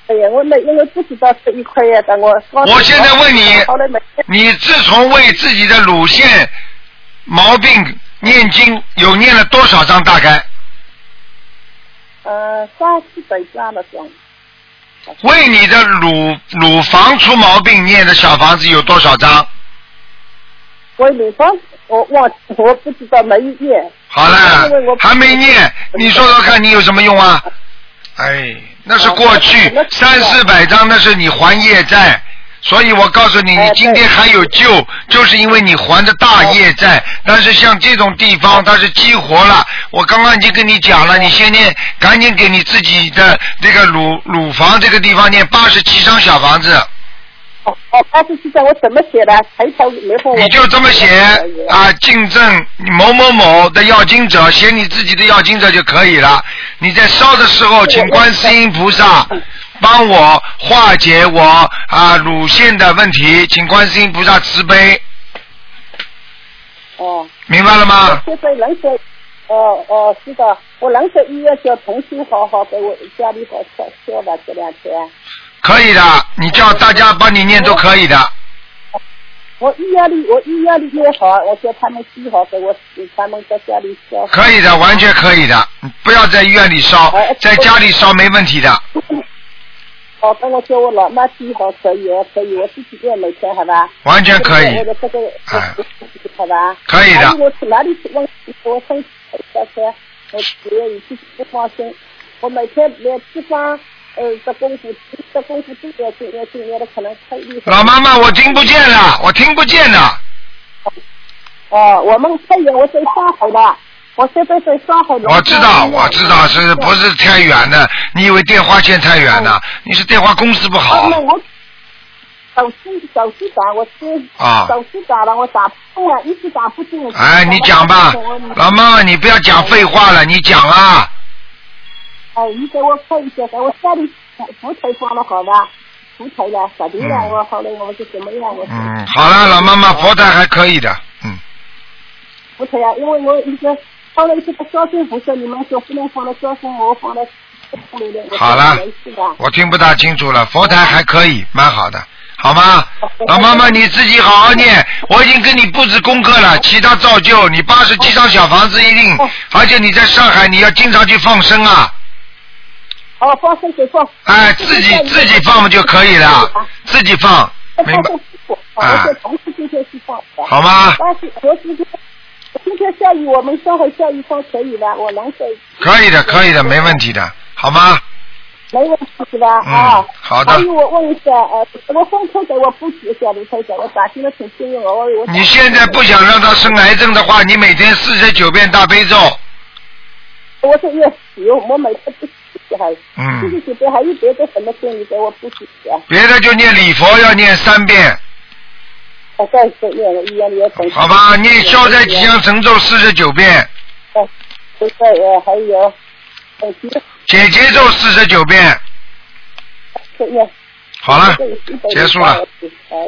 Speaker 8: 哎呀，我那因为不知道这一块呀，但我
Speaker 1: 我现在问你
Speaker 8: 后来没
Speaker 1: 你自从为自己的乳腺毛病念经，有念了多少章？大概
Speaker 8: 呃三四杯伤了，总
Speaker 1: 为你的乳乳房出毛病念的小房子有多少张？
Speaker 8: 我乳房我忘我不知道没念，
Speaker 1: 好了，还没念，你说说看你有什么用啊？哎，那是过去三四百张，那是你还业债，所以我告诉你，你今天还有救，就是因为你还的大业债。但是像这种地方，它是激活了。我刚刚已经跟你讲了，你先念，赶紧给你自己的这个乳乳房这个地方念八十七张小房子。
Speaker 8: 哦哦，二十七张我怎么写的？还头没后。
Speaker 1: 你就这么写啊，敬赠某某某的要经者，写你自己的要经者就可以了。你在烧的时候，请观世音菩萨帮我化解我啊乳腺的问题，请观世音菩萨慈悲，
Speaker 8: 哦，
Speaker 1: 明白了吗？
Speaker 8: 现在能水，哦哦，是的，我能水医院叫重新好好给我家里好烧烧吧，这两天。
Speaker 1: 可以的，你叫大家帮你念都可以的。
Speaker 8: 我医院里，我医院里也好，我叫他们洗好，给我他们在家里烧。
Speaker 1: 可以的，完全可以的，不要在医院里烧，在家里烧没问题的。
Speaker 8: 哦，那我叫我老妈洗好可以，可以，我自己也每天好吧？
Speaker 1: 完全可以
Speaker 8: 我的这个
Speaker 1: 哎，
Speaker 8: 好吧？
Speaker 1: 可以的
Speaker 8: 还有我去哪里去问？我身体这些，我只愿意自己不放心。我每天连吃饭，呃，这功夫，这功夫这个这个这个的可能太厉害了。
Speaker 1: 老妈妈，我听不见了，我听不见了。
Speaker 8: 哦，我们太远，我在上海的，我现在在上海的。
Speaker 1: 我知道，
Speaker 8: 嗯
Speaker 1: 我知道，是不是太远的？你以为电话线太远了？你是电话公司不好
Speaker 8: 嗯那我手机手机打，我是
Speaker 1: 啊
Speaker 8: 手机打了，我打不动啊，一直打不进。啊
Speaker 1: 哎，你讲吧，老妈妈，你不要讲废话了，你讲啊。
Speaker 8: 哎，你给我看一下，给我家里福台放了好吧？福台了，啥地了？我后来我就怎么样？我
Speaker 1: 嗯，好了，老妈妈，佛台还可以的，嗯，
Speaker 8: 福台啊，因为我一个后来这个烧信不是你们说不能放到烧信，我放到屋里的。我
Speaker 1: 好了
Speaker 8: 没事的。
Speaker 1: 我听不大清楚了，佛台还可以，蛮好的，好吗？老妈妈，你自己好好念，我已经跟你布置功课了，其他照旧。你八十七张小房子一定，而且你在上海，你要经常去放生啊。
Speaker 8: 哦，放生水放。
Speaker 1: 哎，自己自己放就可以了，自己放，明白？
Speaker 8: 啊，我在同事今天去放的。
Speaker 1: 好吗
Speaker 8: 但是我今天今天下雨，我们上海下雨放可以的，我能水
Speaker 1: 可以的，可以的，没问题的，好吗？
Speaker 8: 没问题是吧？
Speaker 1: 嗯
Speaker 8: 啊，
Speaker 1: 好的
Speaker 8: 还有我问一下，呃，我婚前给我不许小卢太太，我打听的挺幸运，我我
Speaker 1: 你现在不想让他生癌症的话，你每天四十九遍大悲咒，
Speaker 8: 我是越许，我每次不许还，
Speaker 1: 嗯
Speaker 8: 四十九遍还有别的什么建议给我不许啊？
Speaker 1: 别的就念礼佛要念三遍，
Speaker 8: 我再说念了，医院里也很
Speaker 1: 好吧？念消灾吉祥神咒四十九遍，
Speaker 8: 哎，不是呃，还有，呃，其实
Speaker 1: 解结咒四十九遍，
Speaker 8: 这念
Speaker 1: 好了，结束了，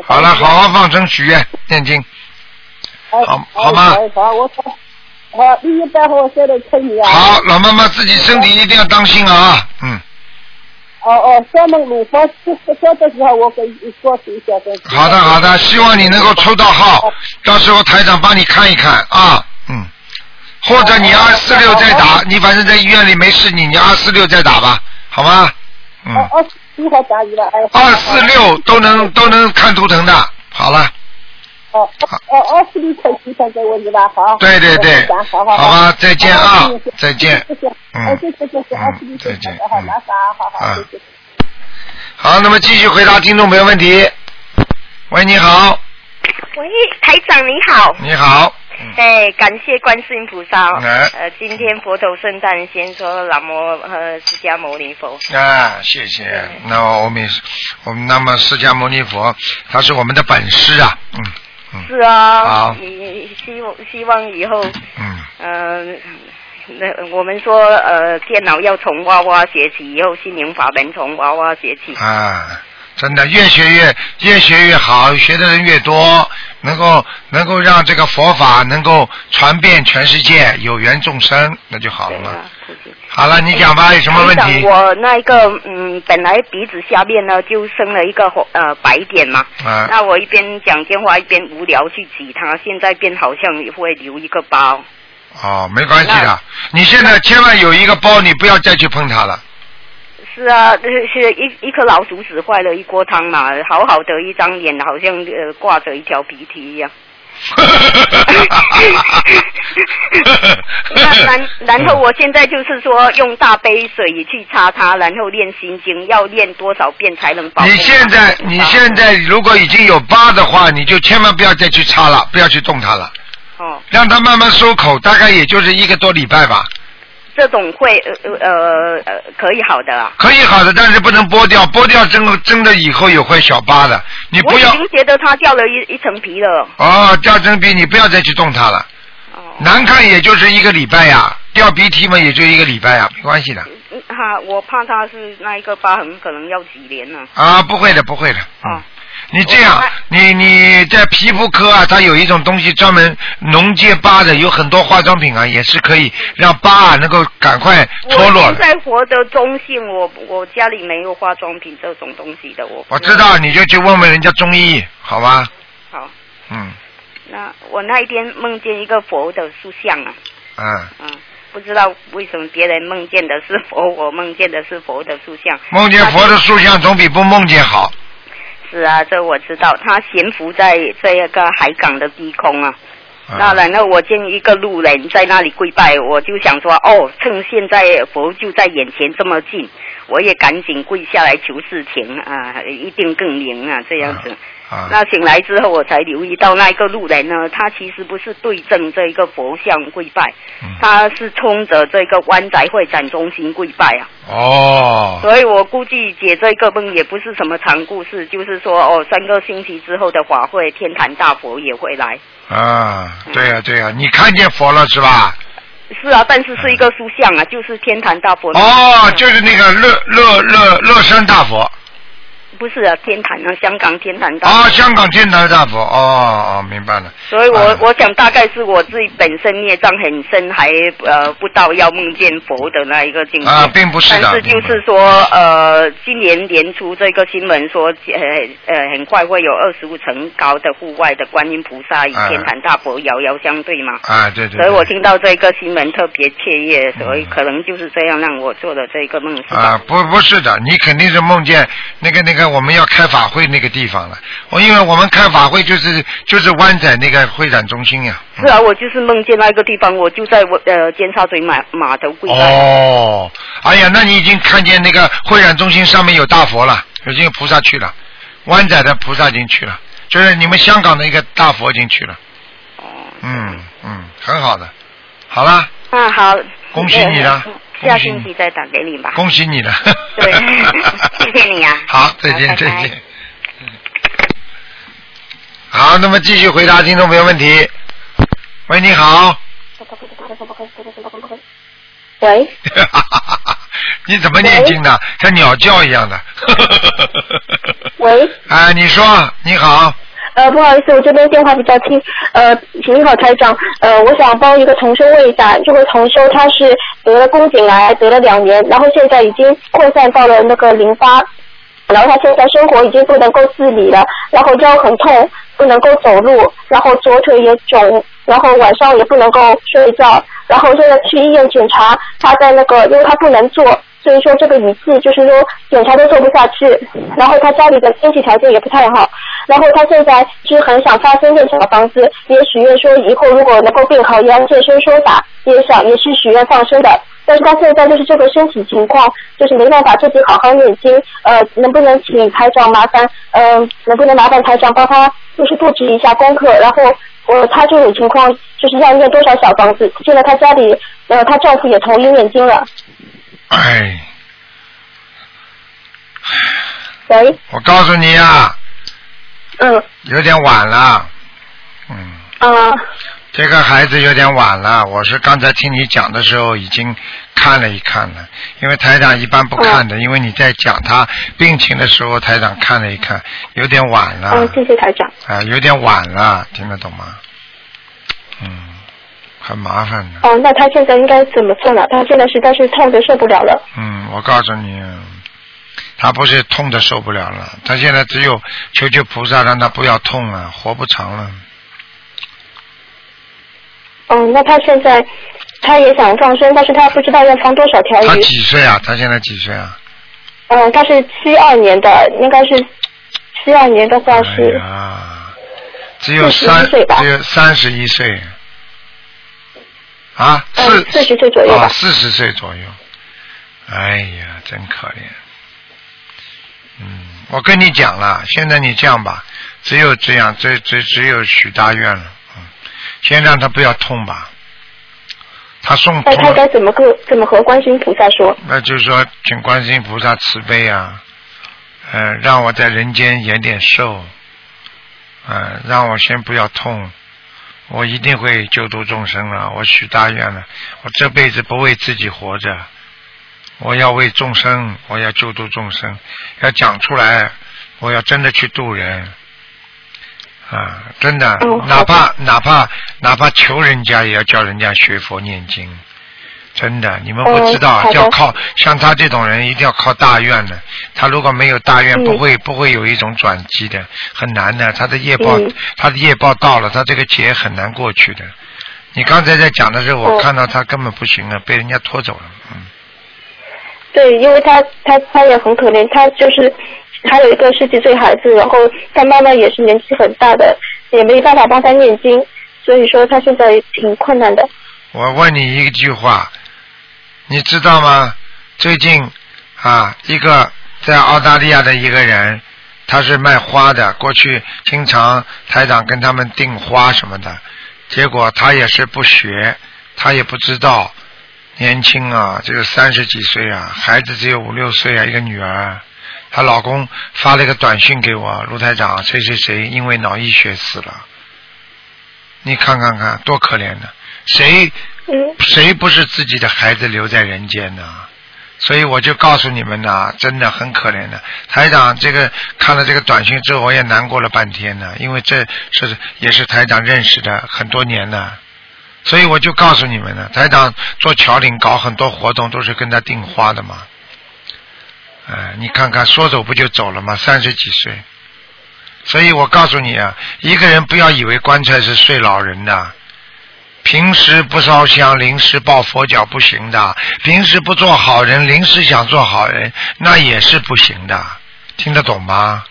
Speaker 1: 好了，好好放生许愿念经，
Speaker 8: 好
Speaker 1: 好吗
Speaker 8: 好，我好，好，你一般我现在催你啊。
Speaker 1: 好，老妈妈自己身体一定要当心啊，嗯，
Speaker 8: 哦哦，专门乳房这这这的时候，我给你告诉一下的。
Speaker 1: 好的好的，希望你能够抽到号，到时候台长帮你看一看啊，嗯，或者你二四六再打，你反正在医院里没事你，你二四六再打吧，好吗？嗯，
Speaker 8: 哦二一号打鱼了，哎。
Speaker 1: 二四六都能都能看图腾的。好了，
Speaker 8: 哦哦，二十六块钱才给我一万，好。
Speaker 1: 对对对
Speaker 8: 我好好
Speaker 1: 好吧再见啊
Speaker 8: 好谢谢
Speaker 1: 再见
Speaker 8: 谢谢，
Speaker 1: 嗯
Speaker 8: 哎，谢谢谢谢，二十六
Speaker 1: 再
Speaker 8: 块钱
Speaker 1: 见，
Speaker 8: 好，麻烦啊，好好，
Speaker 1: 嗯
Speaker 8: 谢谢。
Speaker 1: 好，那么继续回答听众朋友问题。喂，你好，
Speaker 9: 喂，台长您好。
Speaker 1: 你好，
Speaker 9: 哎，感谢观世音菩萨。
Speaker 1: 哎
Speaker 9: 呃，今天佛头圣诞先说南无呃释迦牟尼佛。
Speaker 1: 啊，谢谢。那我们也是我们那么释迦牟尼佛，他是我们的本师啊，嗯，
Speaker 9: 是啊。
Speaker 1: 好
Speaker 9: 你希望希望以后，
Speaker 1: 嗯，
Speaker 9: 呃，那我们说呃，电脑要从娃娃学起，以后心灵法门从娃娃学起。
Speaker 1: 啊，真的越学越越学越好，学的人越多，能够能够让这个佛法能够传遍全世界，有缘众生，那就好了嘛。
Speaker 9: 啊
Speaker 1: 好了，你讲吧，有什么问
Speaker 9: 台
Speaker 1: 题
Speaker 9: 长？我哎那个嗯，本来鼻子下面呢就生了一个红呃白点嘛。
Speaker 1: 啊
Speaker 9: 那我一边讲电话一边无聊去挤它，现在变好像也会留一个包。
Speaker 1: 哦，没关系的。你现在千万有一个包，你不要再去碰它了。
Speaker 9: 是啊，就是一一颗老鼠屎坏了一锅汤嘛，好好的一张脸，好像呃挂着一条鼻涕 一样。那然然后我现在就是说用大杯水去擦它，然后练心经，要练多少遍才能保护它？
Speaker 1: 你现在你现在如果已经有疤的话，你就千万不要再去擦了，不要去动它了。
Speaker 9: 哦。
Speaker 1: 让它慢慢收口，大概也就是一个多礼拜吧。
Speaker 9: 这种会呃呃呃可以好的啦。
Speaker 1: 可以好的，但是不能剥掉，剥掉真的真的以后有会小疤的。你
Speaker 9: 我
Speaker 1: 不
Speaker 9: 已
Speaker 1: 要
Speaker 9: 经觉得它掉了一一层皮了。
Speaker 1: 哦，掉真皮你不要再去动它了。
Speaker 9: 哦
Speaker 1: 难看也就是一个礼拜呀、掉鼻涕嘛也就一个礼拜呀、没关系的。
Speaker 9: 嗯哈、我怕它是那一个疤痕，可能要几年呢。
Speaker 1: 啊，不会的，不会的。嗯。
Speaker 9: 哦
Speaker 1: 你这样，你你在皮肤科啊，它有一种东西专门溶解疤的，有很多化妆品啊，也是可以让疤啊能够赶快脱
Speaker 9: 我
Speaker 1: 落
Speaker 9: 现
Speaker 1: 的。
Speaker 9: 在活得中性，我我家里没有化妆品这种东西的，我
Speaker 1: 我知道，你就去问问人家中医，好吧？
Speaker 9: 好。
Speaker 1: 嗯
Speaker 9: 那我那一天梦见一个佛的塑像啊，
Speaker 1: 嗯，
Speaker 9: 不知道为什么别人梦见的是佛，我梦见的是佛的塑像。
Speaker 1: 梦见佛的塑像总比不梦见好。
Speaker 9: 是啊，这我知道，它悬浮在这个海港的低空啊。那然后我见一个路人在那里跪拜，我就想说，哦，趁现在佛就在眼前这么近，我也赶紧跪下来求事情啊，一定更灵啊，这样子。
Speaker 1: 啊
Speaker 9: 那醒来之后，我才留意到那一个路人呢，他其实不是对正这一个佛像跪拜，他是冲着这个湾仔会展中心跪拜啊。
Speaker 1: 哦。
Speaker 9: 所以我估计解这个梦也不是什么长故事，就是说哦，三个星期之后的法会，天坛大佛也会来。
Speaker 1: 啊，对呀、对呀、你看见佛了是吧？
Speaker 9: 是啊，但是是一个塑像啊，就是天坛大佛。
Speaker 1: 嗯哦，就是那个乐乐乐乐山大佛
Speaker 9: 不是啊，天坛啊，香港天坛大佛。
Speaker 1: 啊，香港天坛大佛哦哦，明白了。
Speaker 9: 所以我、我想大概是我自己本身孽障很深，还呃不到要梦见佛的那一个境界
Speaker 1: 啊并不是的
Speaker 9: 但是就是说呃，今年年初这个新闻说呃呃很快会有二十五层高的户外的观音菩萨与
Speaker 1: 啊
Speaker 9: 天坛大佛遥遥相对嘛。
Speaker 1: 啊，对对嗯
Speaker 9: 所以我
Speaker 1: 对。
Speaker 9: 听到这个新闻特别雀跃，所以可能就是这样让我做的这个梦是吧？
Speaker 1: 啊，不不是的，你肯定是梦见那个那个我们要开法会那个地方了。我因为我们开法会就是就是湾仔那个会展中心呀、
Speaker 9: 是啊，我就是梦见那个地方，我就在我呃尖沙咀码码头跪拜。
Speaker 1: 哦，哎呀，那你已经看见那个会展中心上面有大佛了，已经有菩萨去了，湾仔的菩萨已经去了，就是你们香港的一个大佛已经去了。
Speaker 9: 哦
Speaker 1: 嗯嗯，很好的，好啦，
Speaker 9: 啊，好，
Speaker 1: 恭喜你了
Speaker 9: 呃
Speaker 1: 恭喜你
Speaker 9: 下星期再打给你吧。
Speaker 1: 恭喜你了。
Speaker 9: 对， 谢谢你啊。
Speaker 1: 好，再见
Speaker 9: 好拜
Speaker 1: 再
Speaker 9: 拜
Speaker 1: 见。嗯好，那么继续回答听众朋友问题。喂，你好，
Speaker 10: 喂，
Speaker 1: 你怎么念经的？像鸟叫一样的。
Speaker 10: 喂，
Speaker 1: 啊，你说，你好，
Speaker 10: 呃，不好意思，我这边电话比较轻。呃，你好，台长，呃，我想帮一个同修问一下，这位同修他是得了宫颈癌，得了两年，然后现在已经扩散到了那个淋巴，然后他现在生活已经不能够自理了，然后腰很痛，不能够走路，然后左腿也肿，然后晚上也不能够睡觉，然后现在去医院检查，他在那个，因为他不能坐，所以说这个仪器就是说检查都做不下去，然后他家里的经济条件也不太好，然后他现在是很想发心念小房子，也许愿说以后如果能够病好，也要现身说法，也想也是许愿放生的。但是他现在就是这个身体情况，就是没办法自己好好念经。呃，能不能请台长麻烦，嗯、能不能麻烦台长帮他就是布置一下功课？然后，呃，他这种情况就是要念多少小房子？现在他家里，呃，她丈夫也同意念经了。
Speaker 1: 哎，
Speaker 10: 喂，
Speaker 1: 我告诉你啊，
Speaker 10: 嗯，
Speaker 1: 有点晚了，嗯
Speaker 10: 啊、
Speaker 1: 这个孩子有点晚了。我是刚才听你讲的时候已经看了一看了，因为台长一般不看
Speaker 10: 嗯
Speaker 1: 的，因为你在讲他病情的时候，台长看了一看，有点晚了。
Speaker 10: 嗯，谢谢台长。
Speaker 1: 啊，有点晚了，听得懂吗？嗯，很麻烦的。
Speaker 10: 哦，那他现在应该怎么做呢？他现在实在是痛的受不了了。
Speaker 1: 嗯，我告诉你，他不是痛的受不了了，他现在只有求求菩萨让他不要痛了，活不长了。
Speaker 10: 嗯，那他现在他也想放生，但是他不知道要放多少条
Speaker 1: 他
Speaker 10: 鱼。
Speaker 1: 几岁啊？他现在几岁啊？
Speaker 10: 嗯，他是七二年的，应该是七二年的
Speaker 1: 哎
Speaker 10: 话是
Speaker 1: 啊，只有
Speaker 10: 41
Speaker 1: 三，
Speaker 10: 岁吧
Speaker 1: 只有三十一岁，啊，四
Speaker 10: 嗯四十岁左右
Speaker 1: 啊，
Speaker 10: 吧。
Speaker 1: 四十岁左右。哎呀，真可怜。嗯，我跟你讲了，现在你这样吧，只有这样，只只只有许大愿了。嗯，先让他不要痛吧。他送
Speaker 10: 那
Speaker 1: 痛
Speaker 10: 他
Speaker 1: 了，
Speaker 10: 该怎么个怎么和观世音菩萨说？
Speaker 1: 那就是说，请观世音菩萨慈悲啊，呃，让我在人间延点寿，呃，让我先不要痛，我一定会救度众生了，我许大愿了，我这辈子不为自己活着，我要为众生，我要救度众生，要讲出来，我要真的去度人。啊，真的，
Speaker 11: 哦
Speaker 1: 哪怕哪怕哪怕求人家，也要教人家学佛念经。真的，你们不知道，
Speaker 11: 嗯好的
Speaker 1: 要靠像他这种人，一定要靠大愿的。他如果没有大愿，
Speaker 11: 嗯
Speaker 1: 不会不会有一种转机的，很难的。他的业报，
Speaker 11: 嗯
Speaker 1: 他的业报到了，他这个劫很难过去的。你刚才在讲的时候，我
Speaker 10: 哦
Speaker 1: 看到他根本不行了，被人家拖走了。嗯，
Speaker 10: 对，因为他他他也很可怜，他就是还有一个十几岁孩子，然后他妈妈也是年纪很大的，也没办法帮他念经，所以说他现在挺困难的。
Speaker 1: 我问你一句话，你知道吗？最近啊，一个在澳大利亚的一个人，他是卖花的，过去经常台长跟他们订花什么的，结果他也是不学，他也不知道，年轻啊，只有三十几岁啊，孩子只有五六岁啊，一个女儿。她老公发了一个短信给我，卢台长，谁谁谁因为脑溢血死了。你看看看，多可怜呢！谁谁不是自己的孩子留在人间呢？所以我就告诉你们呐、真的很可怜的。台长，这个看了这个短信之后，我也难过了半天呢，因为这是也是台长认识的很多年了。所以我就告诉你们了，台长做侨领搞很多活动都是跟他订花的嘛。哎、你看看，说走不就走了吗？三十几岁，所以我告诉你啊，一个人不要以为棺材是睡老人的，平时不烧香，临时抱佛脚不行的；平时不做好人，临时想做好人，那也是不行的。听得懂吗？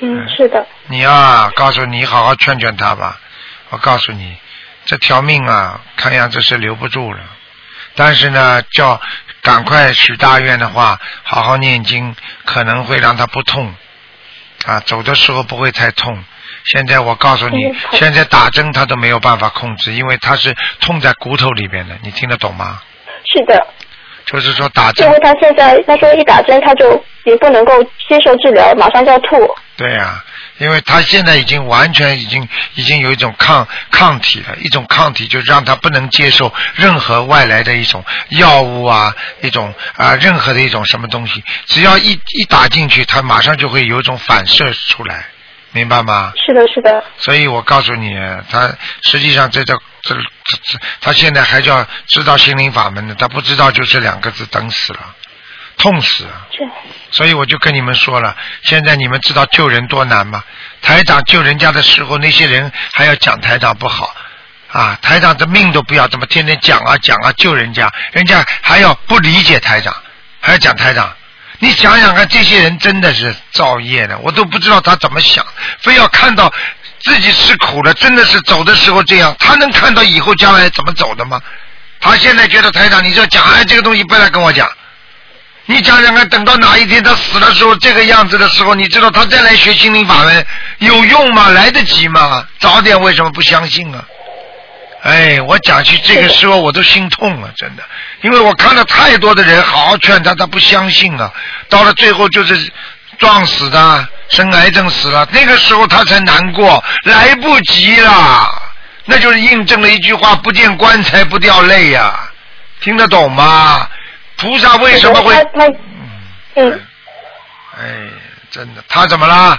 Speaker 10: 嗯，是的。
Speaker 1: 你啊，告诉你，好好劝劝他吧。我告诉你，这条命啊，看样子是留不住了。但是呢，叫赶快许大愿的话，好好念经，可能会让他不痛啊，走的时候不会太痛。现在我告诉你
Speaker 11: 嗯，好
Speaker 1: 现在打针他都没有办法控制，因为他是痛在骨头里边的，你听得懂吗？
Speaker 10: 是的，
Speaker 1: 啊就是说打针
Speaker 10: 因为他现在他说一打针他就也不能够接受治疗，马上就要吐。
Speaker 1: 对呀、因为他现在已经完全已经已经有一种抗抗体了，一种抗体就让他不能接受任何外来的一种药物啊，一种啊、任何的一种什么东西，只要一一打进去，他马上就会有一种反射出来，明白吗？
Speaker 10: 是的，是的。
Speaker 1: 所以我告诉你，他实际上这叫这这这，他现在还叫知道心灵法门呢，他不知道就这两个字，等死了，痛死了。所以我就跟你们说了，现在你们知道救人多难吗？台长救人家的时候，那些人还要讲台长不好啊，台长的命都不要，怎么天天讲啊讲啊救人家，人家还要不理解台长，还要讲台长。你想想看，这些人真的是造业的，我都不知道他怎么想，非要看到自己吃苦了，真的是走的时候这样，他能看到以后将来怎么走的吗？他现在觉得台长，你这讲哎，这个东西不要跟我讲，你讲讲看，等到哪一天他死的时候，这个样子的时候，你知道他再来学心灵法门有用吗？来得及吗？早点为什么不相信啊？哎，我讲起这个时候我都心痛了，真的，因为我看到太多的人好好劝他，他不相信啊，到了最后就是撞死的，生癌症死了，那个时候他才难过，来不及了，那就是印证了一句话：不见棺材不掉泪呀、听得懂吗？菩萨为什么会
Speaker 8: 哎
Speaker 10: 他他嗯，
Speaker 1: 哎，真的，他怎么啦？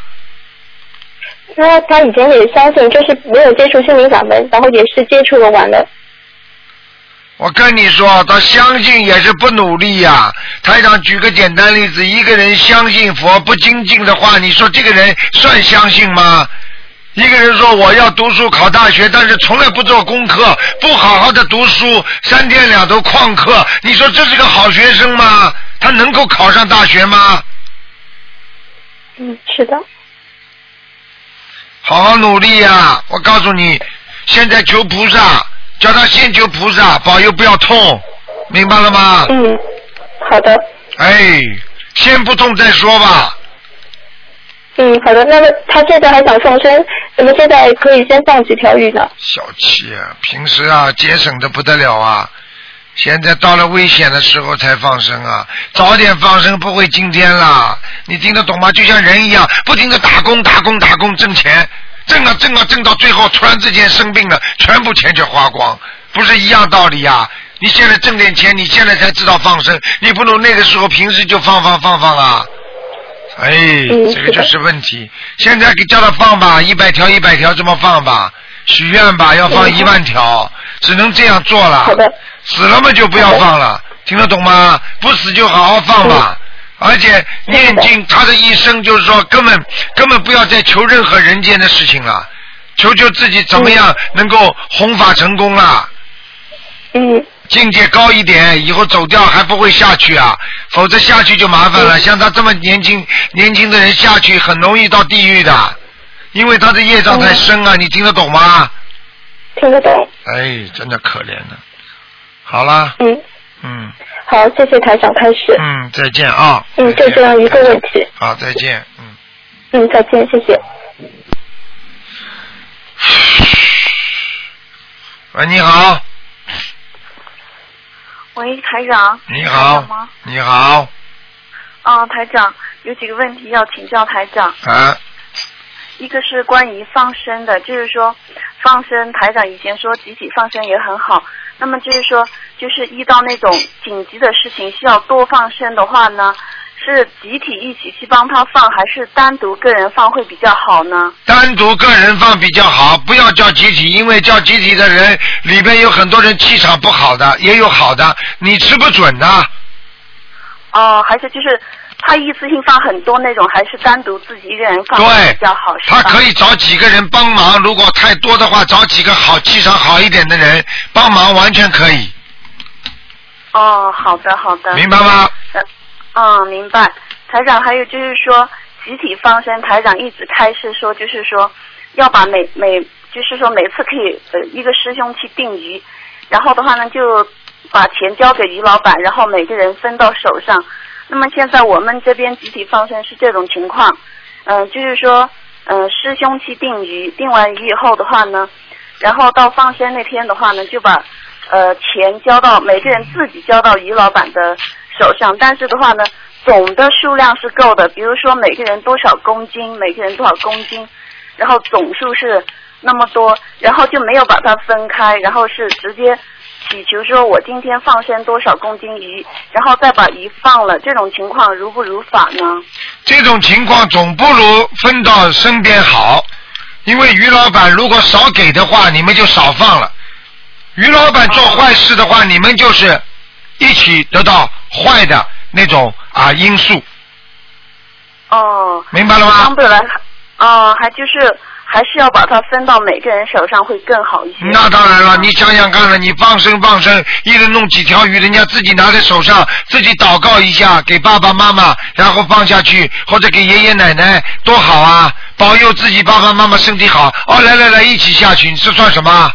Speaker 10: 那他以前也相信，就是没有接触心灵法门，然后也是接触了晚了。
Speaker 1: 我跟你说，他相信也是不努力呀、台长举个简单例子，一个人相信佛不精进的话，你说这个人算相信吗？一个人说我要读书考大学，但是从来不做功课，不好好的读书，三天两头旷课，你说这是个好学生吗？他能够考上大学吗？
Speaker 3: 嗯，是的。
Speaker 1: 好好努力呀、我告诉你，现在求菩萨，叫他先求菩萨，保佑不要痛，明白了吗？
Speaker 3: 嗯，好的。
Speaker 1: 哎，先不痛再说吧。
Speaker 3: 嗯，好的。那么他现在还想放生，我们现在可以先放几条鱼呢？
Speaker 1: 小气啊，平时啊节省的不得了啊，现在到了危险的时候才放生啊，早点放生不会今天啦。你听得懂吗？就像人一样，不停的打工打工打工挣钱，挣啊挣啊挣到最后突然之间生病了，全部钱全花光，不是一样道理呀、你现在挣点钱，你现在才知道放生，你不能那个时候平时就放放放放啊。哎，
Speaker 11: 嗯
Speaker 1: 这个就是问题。现在给叫他放吧，一百条一百条这么放吧，许愿吧，要放一万条，只能这样做了。死了嘛就不要放了，听得懂吗？不死就好好放吧。而且念经，他的一生就是说，根本根本不要再求任何人间的事情了，求求自己怎么样能够弘法成功啦。
Speaker 3: 嗯。
Speaker 1: 境界高一点，以后走掉还不会下去啊，否则下去就麻烦
Speaker 3: 嗯
Speaker 1: 了。像他这么年轻年轻的人下去，很容易到地狱的，因为他的业障太深啊。你听得懂吗？
Speaker 3: 嗯听得懂。
Speaker 1: 哎，真的可怜了。好啦，
Speaker 3: 嗯
Speaker 1: 嗯
Speaker 3: 好，谢谢台长开始。
Speaker 1: 嗯，再见啊。
Speaker 3: 嗯，就这样一个问题。
Speaker 1: 好，再见。
Speaker 3: 嗯，再见，谢谢。
Speaker 1: 喂，你好，
Speaker 12: 喂，台长。
Speaker 1: 你
Speaker 12: 台长
Speaker 1: 好
Speaker 12: 吗？，
Speaker 1: 你好，
Speaker 12: 啊，台长，有几个问题要请教台长。
Speaker 1: 啊，
Speaker 12: 一个是关于放生的，就是说放生，台长以前说集体放生也很好。那么就是说，就是遇到那种紧急的事情需要多放生的话呢，是集体一起去帮他放，还是单独个人放会比较好呢？
Speaker 1: 单独个人放比较好，不要叫集体，因为叫集体的人里边有很多人气场不好的，也有好的，你吃不准的。
Speaker 12: 哦、还是就是他一次性放很多那种，还是单独自己一个人放
Speaker 1: 对
Speaker 12: 会比较好？是
Speaker 1: 他
Speaker 12: 吧
Speaker 1: 可以找几个人帮忙，如果太多的话，找几个好气场好一点的人帮忙，完全可以。
Speaker 12: 哦，好的，好的。
Speaker 1: 明白吗
Speaker 12: 呃？嗯，明白。台长，还有就是说，集体放生，台长一直开示说，就是说要把每每，就是说每次可以呃一个师兄去定鱼，然后的话呢就把钱交给于老板，然后每个人分到手上。那么现在我们这边集体放生是这种情况，嗯、就是说，嗯、师兄去定鱼，定完鱼以后的话呢，然后到放生那天的话呢，就把呃钱交到每个人自己交到于老板的手上，但是的话呢，总的数量是够的，比如说每个人多少公斤，每个人多少公斤，然后总数是那么多，然后就没有把它分开，然后是直接祈求说我今天放生多少公斤鱼，然后再把鱼放了，这种情况如不如法呢？
Speaker 1: 这种情况总不如分到身边好，因为于老板如果少给的话，你们就少放了；于老板做坏事的话，你们就是一起得到坏的那种啊因素。
Speaker 12: 哦，
Speaker 1: 明白了吗
Speaker 12: 相对来，哦，还就是还是要把它分到每个人手上会更好一些。
Speaker 1: 那当然了，你想想看了，你放生放生，一人弄几条鱼，人家自己拿在手上，自己祷告一下，给爸爸妈妈，然后放下去，或者给爷爷奶奶，多好啊！保佑自己爸爸妈妈身体好。哦，来来来，一起下去，你这算什么？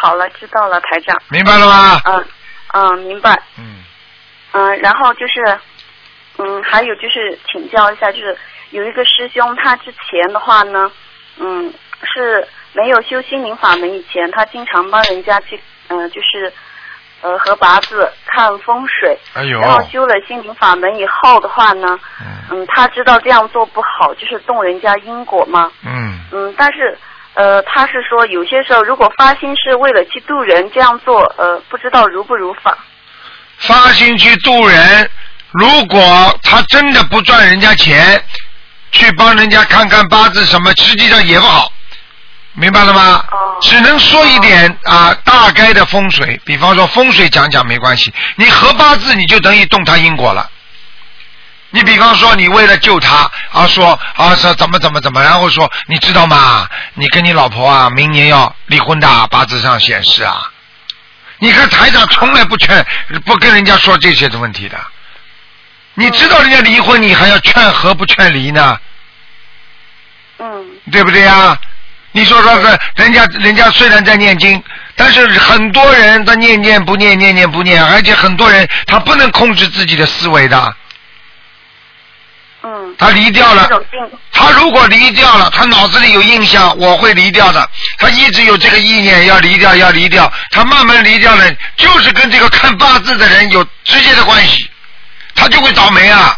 Speaker 12: 好了，知道了，台长。
Speaker 1: 明白了吗
Speaker 12: 嗯、嗯，明白。
Speaker 1: 嗯。
Speaker 12: 嗯、然后就是，嗯，还有就是请教一下，就是有一个师兄，他之前的话呢，嗯，是没有修心灵法门以前，他经常帮人家去，嗯、就是。呃，和八字看风水，
Speaker 1: 哎呦
Speaker 12: 然后修了心灵法门以后的话呢，嗯，他知道这样做不好，就是动人家因果嘛，
Speaker 1: 嗯
Speaker 12: 嗯，但是呃，他是说有些时候如果发心是为了去度人，这样做呃不知道如不如法。
Speaker 1: 发心去度人，如果他真的不赚人家钱，去帮人家看看八字什么，实际上也不好，明白了吗？只能说一点啊、大概的风水，比方说风水讲讲没关系，你合八字你就等于动他因果了。你比方说，你为了救他，啊说啊说怎么怎么怎么，然后说你知道吗？你跟你老婆啊，明年要离婚的，八字上显示啊。你看台长从来不劝，不跟人家说这些的问题的。你知道人家离婚，你还要劝和不劝离呢？
Speaker 12: 嗯，
Speaker 1: 对不对呀？你说说是人家人家虽然在念经，但是很多人他念念不念，念念不念，而且很多人他不能控制自己的思维的。
Speaker 12: 嗯，
Speaker 1: 他离掉了
Speaker 12: 这种病，
Speaker 1: 他如果离掉了，他脑子里有印象，我会离掉的。他一直有这个意念，要离掉，要离掉。他慢慢离掉了，就是跟这个看八字的人有直接的关系，他就会倒霉啊。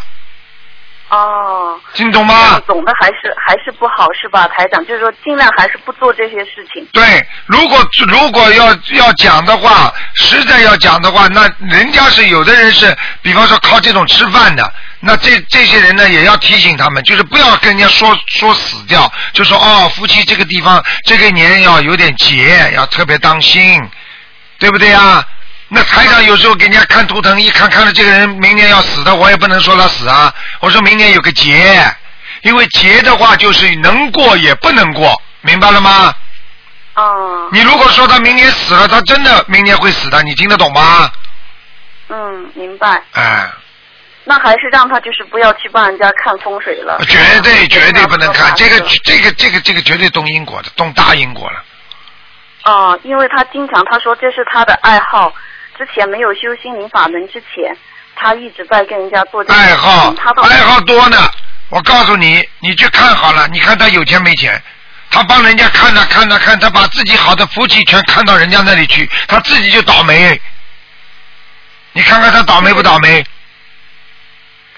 Speaker 12: 哦，
Speaker 1: 听懂吗？
Speaker 12: 总的还是还是不好是吧，台长？就是说尽量还是不做这些事情。
Speaker 1: 对，如果如果要要讲的话，实在要讲的话，那人家是有的人是，比方说靠这种吃饭的，那这这些人呢也要提醒他们，就是不要跟人家说说死掉，就说哦，夫妻这个地方这个年要有点节，要特别当心，对不对啊？那台长有时候给人家看图腾，一看看到这个人明年要死的，我也不能说他死啊，我说明年有个劫，因为劫的话就是能过也不能过，明白了吗？你如果说他明年死了，他真的明年会死的，你听得懂吗？
Speaker 12: 嗯，明白。
Speaker 1: 哎，
Speaker 12: 那还是让他就是不要去帮人家看风水了。
Speaker 1: 呃
Speaker 12: 嗯
Speaker 1: 绝啊对绝对不能看这个这个这个这个绝对动因果的，动大因果了。
Speaker 12: 哦，因为他经常他说这是他的爱好，之前没有修心灵法门之前，他一直在跟人家做这个
Speaker 1: 爱嗯好
Speaker 12: 他都
Speaker 1: 爱好多呢，我告诉你，你去看好了，你看他有钱没钱。他帮人家看呐看呐看，他把自己好的福气全看到人家那里去，他自己就倒霉。你看看他倒霉不倒霉？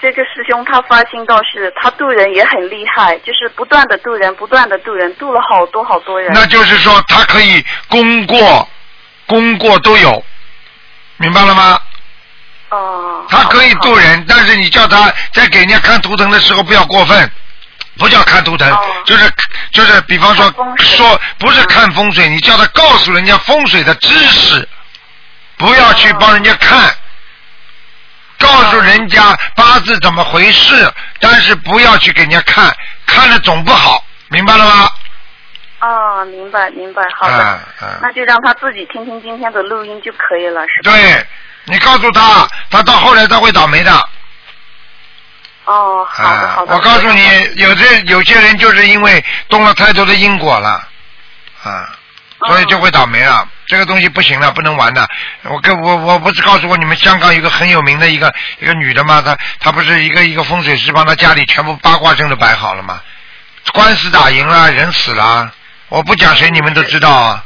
Speaker 12: 这个师兄他发心倒是，他渡人也很厉害，就是不断的渡人，不断的渡人，渡了好多好多人。
Speaker 1: 那就是说他可以功过、功过都有，明白了吗？
Speaker 12: 哦。
Speaker 1: 他可以渡人，但是你叫他在给人家看图腾的时候不要过分，不叫看图腾，
Speaker 12: 哦
Speaker 1: 就是就是，比方说说不
Speaker 12: 嗯
Speaker 1: 是看风水，你叫他告诉人家风水的知识，不要去帮人家看。告诉人
Speaker 12: 哦
Speaker 1: 家八字怎么回事，但是不要去给人家看，看了总不好，明白了吗？
Speaker 12: 哦，明白明白，好的，
Speaker 1: 嗯嗯。
Speaker 12: 那就让他自己听听今天的录音就可以了，是吧？
Speaker 1: 对，你告诉他，他到后来他会倒霉的。
Speaker 12: 哦，好的
Speaker 1: 啊
Speaker 12: 好，的。
Speaker 1: 我告诉你，有这有些人就是因为动了太多的因果了，啊，
Speaker 12: 哦
Speaker 1: 所以就会倒霉了。这个东西不行了，不能玩的。我跟我我不是告诉过你们，香港有个很有名的一个一个女的嘛，她她不是一个一个风水师帮她家里全部八卦阵都摆好了嘛，官司打赢了，人死了，我不讲谁你们都知道啊，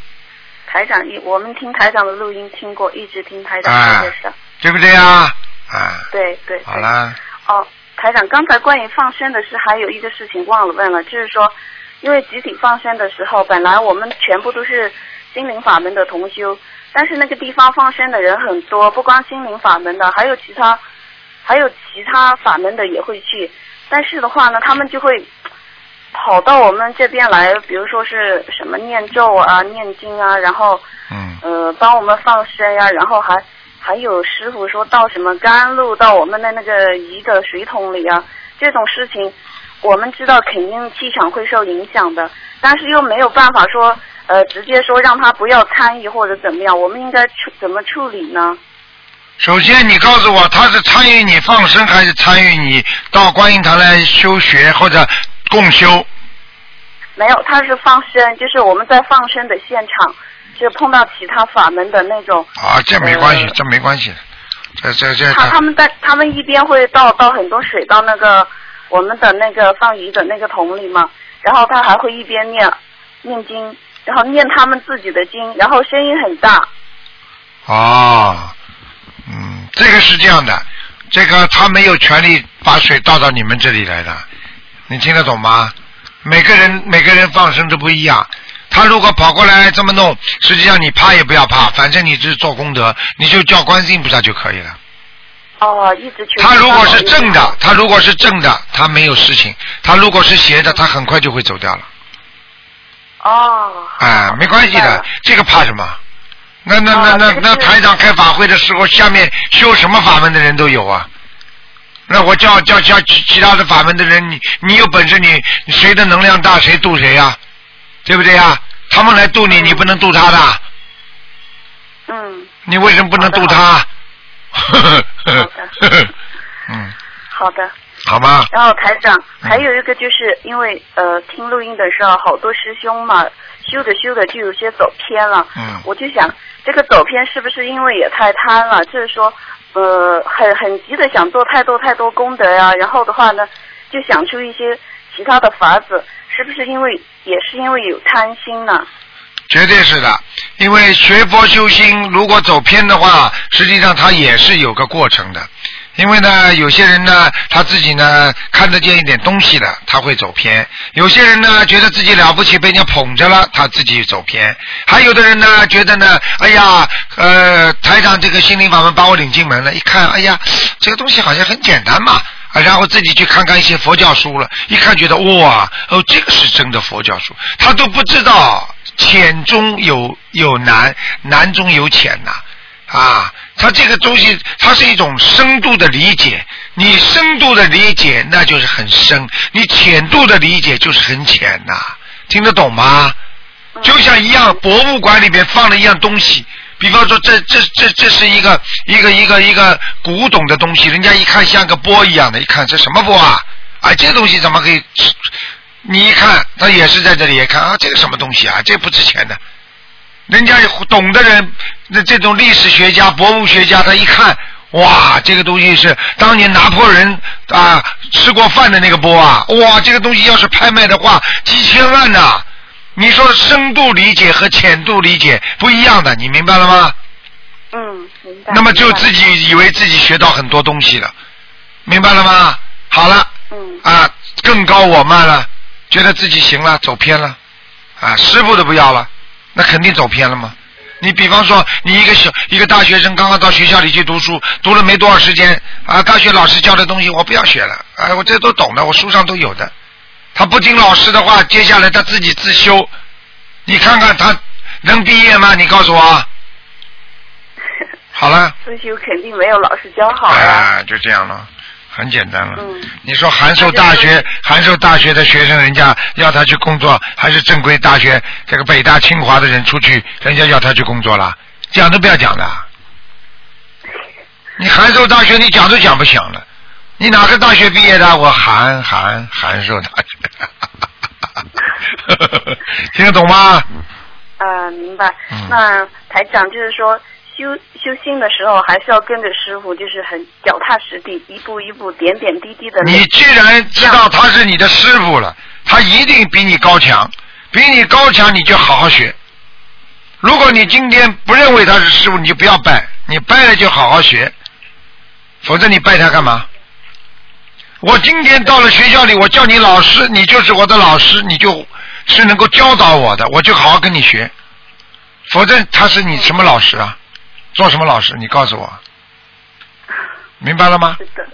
Speaker 12: 台长一，我们听台长的录音听过，一直听台长
Speaker 1: 啊
Speaker 12: 说的是，
Speaker 1: 对不对啊？啊，
Speaker 12: 对对
Speaker 1: 好
Speaker 12: 对。
Speaker 1: 了，
Speaker 12: 哦，台长，刚才关于放生的事，还有一个事情忘了问了，就是说，因为集体放生的时候，本来我们全部都是心灵法门的同修，但是那个地方放生的人很多，不光心灵法门的，还有其他，还有其他法门的也会去，但是的话呢，他们就会。跑到我们这边来，比如说是什么念咒啊、念经啊，然后
Speaker 1: 嗯
Speaker 12: 呃，帮我们放生呀、然后还还有师傅说倒什么甘露到我们的那个鱼的水桶里啊，这种事情我们知道肯定气场会受影响的，但是又没有办法说呃直接说让他不要参与或者怎么样，我们应该处怎么处理呢？
Speaker 1: 首先，你告诉我他是参与你放生，还是参与你到观音堂来修学或者共修？
Speaker 12: 没有，他是放生，就是我们在放生的现场，就碰到其他法门的那种。
Speaker 1: 啊，这没关系，这没关系，这这这
Speaker 12: 呃他他们在他们一边会倒倒很多水到那个我们的那个放鱼的那个桶里嘛，然后他还会一边念念经，然后念他们自己的经，然后声音很大。
Speaker 1: 哦，嗯，这个是这样的，这个他没有权利把水倒到你们这里来的，你听得懂吗？每个人每个人放生都不一样，他如果跑过来这么弄，实际上你怕也不要怕，反正你只是做功德，你就叫观世音菩萨就可以了。
Speaker 12: 哦，一直去。
Speaker 1: 他如果是正的，他如果是正的，他没有事情；他如果是邪的，他很快就会走掉了。
Speaker 12: 哦。
Speaker 1: 哎，没关系的，这个怕什么？那
Speaker 12: 哦
Speaker 1: 那那那那台长开法会的时候，下面修什么法门的人都有啊。那我叫叫叫其其他的法门的人，你你有本事你，你谁的能量大谁渡谁呀、对不对呀、他们来渡你，你不能渡他的。
Speaker 12: 嗯。
Speaker 1: 你为什么不能度他？ 嗯，
Speaker 12: 好的。
Speaker 1: 好吗？
Speaker 12: 然后台长，还有一个就是因为呃听录音的时候，好多师兄嘛，修着修着就有些走偏了。
Speaker 1: 嗯
Speaker 12: 我就想，这个走偏是不是因为也太贪了？就是说，呃，很很急的想做太多太多功德呀、然后的话呢，就想出一些其他的法子，是不是因为也是因为有贪心呢？
Speaker 1: 绝对是的，因为学佛修心，如果走偏的话，实际上它也是有个过程的。因为呢，有些人呢，他自己呢看得见一点东西的，他会走偏；有些人呢，觉得自己了不起，被人家捧着了，他自己走偏；还有的人呢，觉得呢，哎呀，呃，台长这个心灵法门把我领进门了，一看，哎呀，这个东西好像很简单嘛，啊，然后自己去看看一些佛教书了，一看觉得哇，哦，这个是真的佛教书，他都不知道浅中有有难，难中有浅呐、啊，它这个东西，它是一种深度的理解。你深度的理解，那就是很深；你浅度的理解，就是很浅呐、听得懂吗？就像一样，博物馆里面放了一样东西，比方说这这这这是一个一个一个一个古董的东西，人家一看像个钵一样的，一看这什么钵啊？啊，这东西怎么可以？你一看，他也是在这里一看啊，这个什么东西啊？这不值钱的。人家懂的人，那这种历史学家、博物学家，他一看，哇，这个东西是当年拿破仑啊吃过饭的那个钵啊，哇，这个东西要是拍卖的话，几千万呐、你说深度理解和浅度理解不一样的，你明白了吗？
Speaker 12: 嗯，明白。
Speaker 1: 那么就自己以为自己学到很多东西了，明白了吗？好了，
Speaker 12: 嗯
Speaker 1: 啊，更高我慢了，觉得自己行了，走偏了，啊，师傅都不要了，那肯定走偏了嘛。你比方说，你一个小一个大学生刚刚到学校里去读书，读了没多少时间啊，大学老师教的东西我不要学了，哎，我这都懂的，我书上都有的。他不听老师的话，接下来他自己自修，你看看他能毕业吗？你告诉我啊。好了。
Speaker 12: 自修肯定没有老师教好呀、
Speaker 1: 啊，就这样了，很简单了。你说函授大学，函授大学的学生，人家要他去工作，还是正规大学这个北大、清华的人出去，人家要他去工作了，讲都不要讲了。你函授大学，你讲都讲不响了。你哪个大学毕业的？我函函函授大学， 听得懂吗？
Speaker 12: 啊，明白。
Speaker 1: 嗯
Speaker 12: 那台长就是说，修修心的时候还是要跟着师傅，就是很脚踏实地，一步一步，点点滴滴的。
Speaker 1: 你既然知道他是你的师傅了，他一定比你高强，比你高强你就好好学。如果你今天不认为他是师傅，你就不要拜，你拜了就好好学，否则你拜他干嘛？我今天到了学校里，我叫你老师，你就是我的老师，你就是能够教导我的，我就好好跟你学。否则他是你什么老师啊？做什么老师？你告诉我，明白了吗？
Speaker 12: 是的，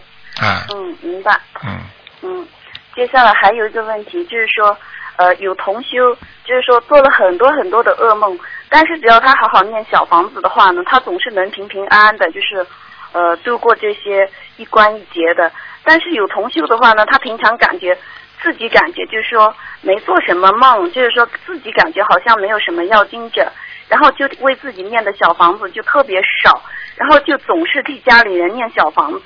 Speaker 1: 啊，
Speaker 12: 嗯，明白。
Speaker 1: 嗯。
Speaker 12: 嗯，接下来还有一个问题，就是说，呃，有同修，就是说做了很多很多的噩梦，但是只要他好好念小房子的话呢，他总是能平平安安的，就是呃度过这些一关一节的。但是有同修的话呢，他平常感觉自己感觉就是说没做什么梦，就是说自己感觉好像没有什么要经者，然后就为自己念的小房子就特别少，然后就总是替家里人念小房子。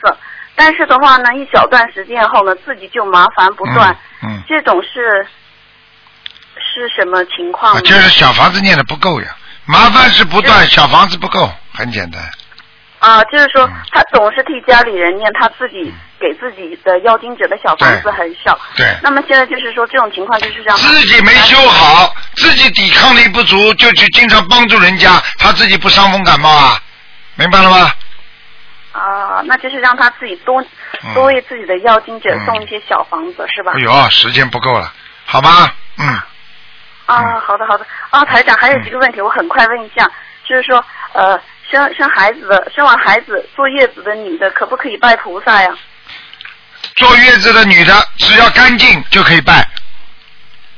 Speaker 12: 但是的话呢，一小段时间后呢，自己就麻烦不断。
Speaker 1: 嗯
Speaker 12: 这种是是什么情况
Speaker 1: 啊
Speaker 12: 呢？
Speaker 1: 就是小房子念的不够呀，麻烦是不断，小房子不够，很简单。
Speaker 12: 啊，就是
Speaker 1: 嗯
Speaker 12: 说他总是替家里人念，他自己给自己的要经者的小房子很少。
Speaker 1: 对
Speaker 12: 那么现在就是说这种情况就是让他
Speaker 1: 自己没修好，自己抵抗力不足，就去经常帮助人家，他自己不伤风感冒啊，明白了吗？
Speaker 12: 啊，那就是让他自己多
Speaker 1: 嗯
Speaker 12: 多为自己的要经者送一些小房子，是吧？
Speaker 1: 哎呦，时间不够了，好吧，嗯，
Speaker 12: 啊，好的好的。啊，台长，还有几个问题，我很快问一下，就是说，呃，生生孩子的，生完孩子坐月子的女的，可不可以拜菩萨呀？
Speaker 1: 坐月子的女的只要干净就可以拜，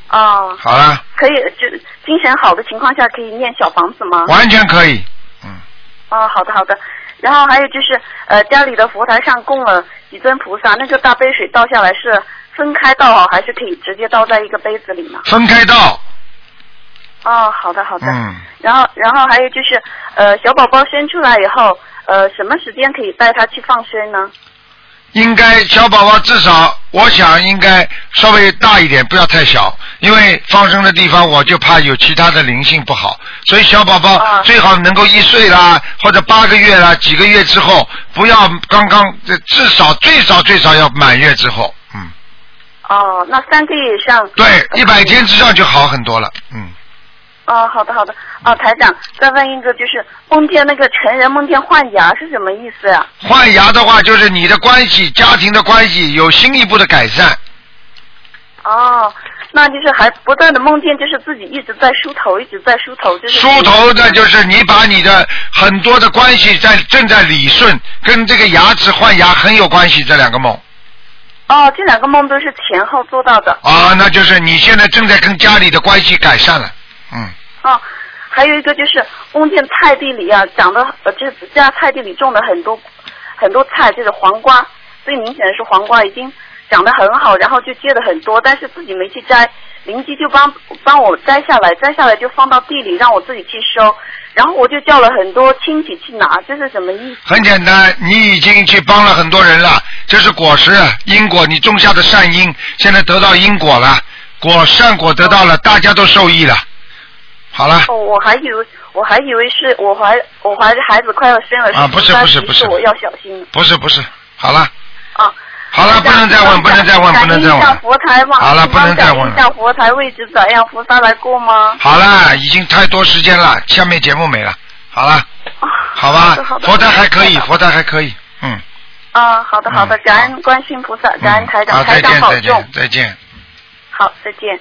Speaker 12: 啊，
Speaker 1: 好了，
Speaker 12: 可以，就精神好的情况下可以念小房子吗？
Speaker 1: 完全可以。
Speaker 12: 啊，好的好的。然后还有就是，呃，家里的佛台上供了几尊菩萨，那个大杯水倒下来是分开倒好，还是可以直接倒在一个杯子里呢？
Speaker 1: 分开倒，
Speaker 12: 哦，好的好的。
Speaker 1: 嗯，
Speaker 12: 然后然后还有就是，呃，小宝宝生出来以后，呃，什么时间可以带他去放生呢？
Speaker 1: 应该小宝宝至少，我想应该稍微大一点，不要太小，因为放生的地方我就怕有其他的灵性不好，所以小宝宝最好能够一岁啦，或者八个月啦，几个月之后，不要刚刚，呃至少最少最少要满月之后，嗯，
Speaker 12: 哦，那三个月以上。
Speaker 1: 对，一百天之上就好很多了，嗯，
Speaker 12: 哦，好的好的。哦，台长，再问一个，就是梦见那个成人梦见换牙是什么意思啊呀、
Speaker 1: 换牙的话就是你的关系、家庭的关系有新一步的改善，
Speaker 12: 哦，那就是还不断的梦见，就是自己一直在梳头，一直在梳头，就是
Speaker 1: 梳头的就是你把你的很多的关系在正在理顺，跟这个牙齿换牙很有关系。这两个梦
Speaker 12: 哦，这两个梦都是前后做到的。
Speaker 1: 啊，那就是你现在正在跟家里的关系改善了。嗯，
Speaker 12: 哦，还有一个就是梦见菜地里啊，长得呃，就是自家菜地里种的很多很多菜，就是黄瓜，最明显的是黄瓜已经长得很好，然后就结的很多，但是自己没去摘，邻居就帮帮我摘下来，摘下来就放到地里让我自己去收，然后我就叫了很多亲戚去拿，这是什么意思？
Speaker 1: 很简单，你已经去帮了很多人了，这是果实因果，你种下的善因，现在得到因果了，果善果得到了，大家都受益了。好了，
Speaker 12: 哦，我还以为我还以为是我怀我怀着孩子快要生了，
Speaker 1: 啊不是
Speaker 12: 13
Speaker 1: 不是
Speaker 12: 集
Speaker 1: 不是
Speaker 12: 所以我要小心。
Speaker 1: 不是不是，好了，
Speaker 12: 啊。
Speaker 1: 好了，不能再问，不能再问，不能再
Speaker 12: 感应一下
Speaker 1: 问。
Speaker 12: 佛台吗？
Speaker 1: 好了不能再问了
Speaker 12: 感应一下佛台位置咋样？菩萨来过吗？
Speaker 1: 好了，已经太多时间了，下面节目没了。好了，好吧
Speaker 12: 啊好的好，的
Speaker 1: 佛台还可以，佛台还可以。嗯，
Speaker 12: 啊，好的好的，感恩观世音菩萨，感恩台长，
Speaker 1: 好，
Speaker 12: 台
Speaker 1: 再
Speaker 12: 长
Speaker 1: 见，
Speaker 12: 保
Speaker 1: 再
Speaker 12: 重
Speaker 1: 见，，再见。
Speaker 12: 好，再见。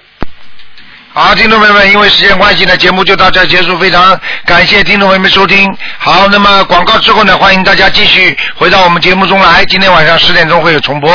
Speaker 1: 好，听众朋友们，因为时间关系呢，节目就到这儿结束。非常感谢听众朋友们收听。好，那么广告之后呢，欢迎大家继续回到我们节目中来。今天晚上十点钟会有重播。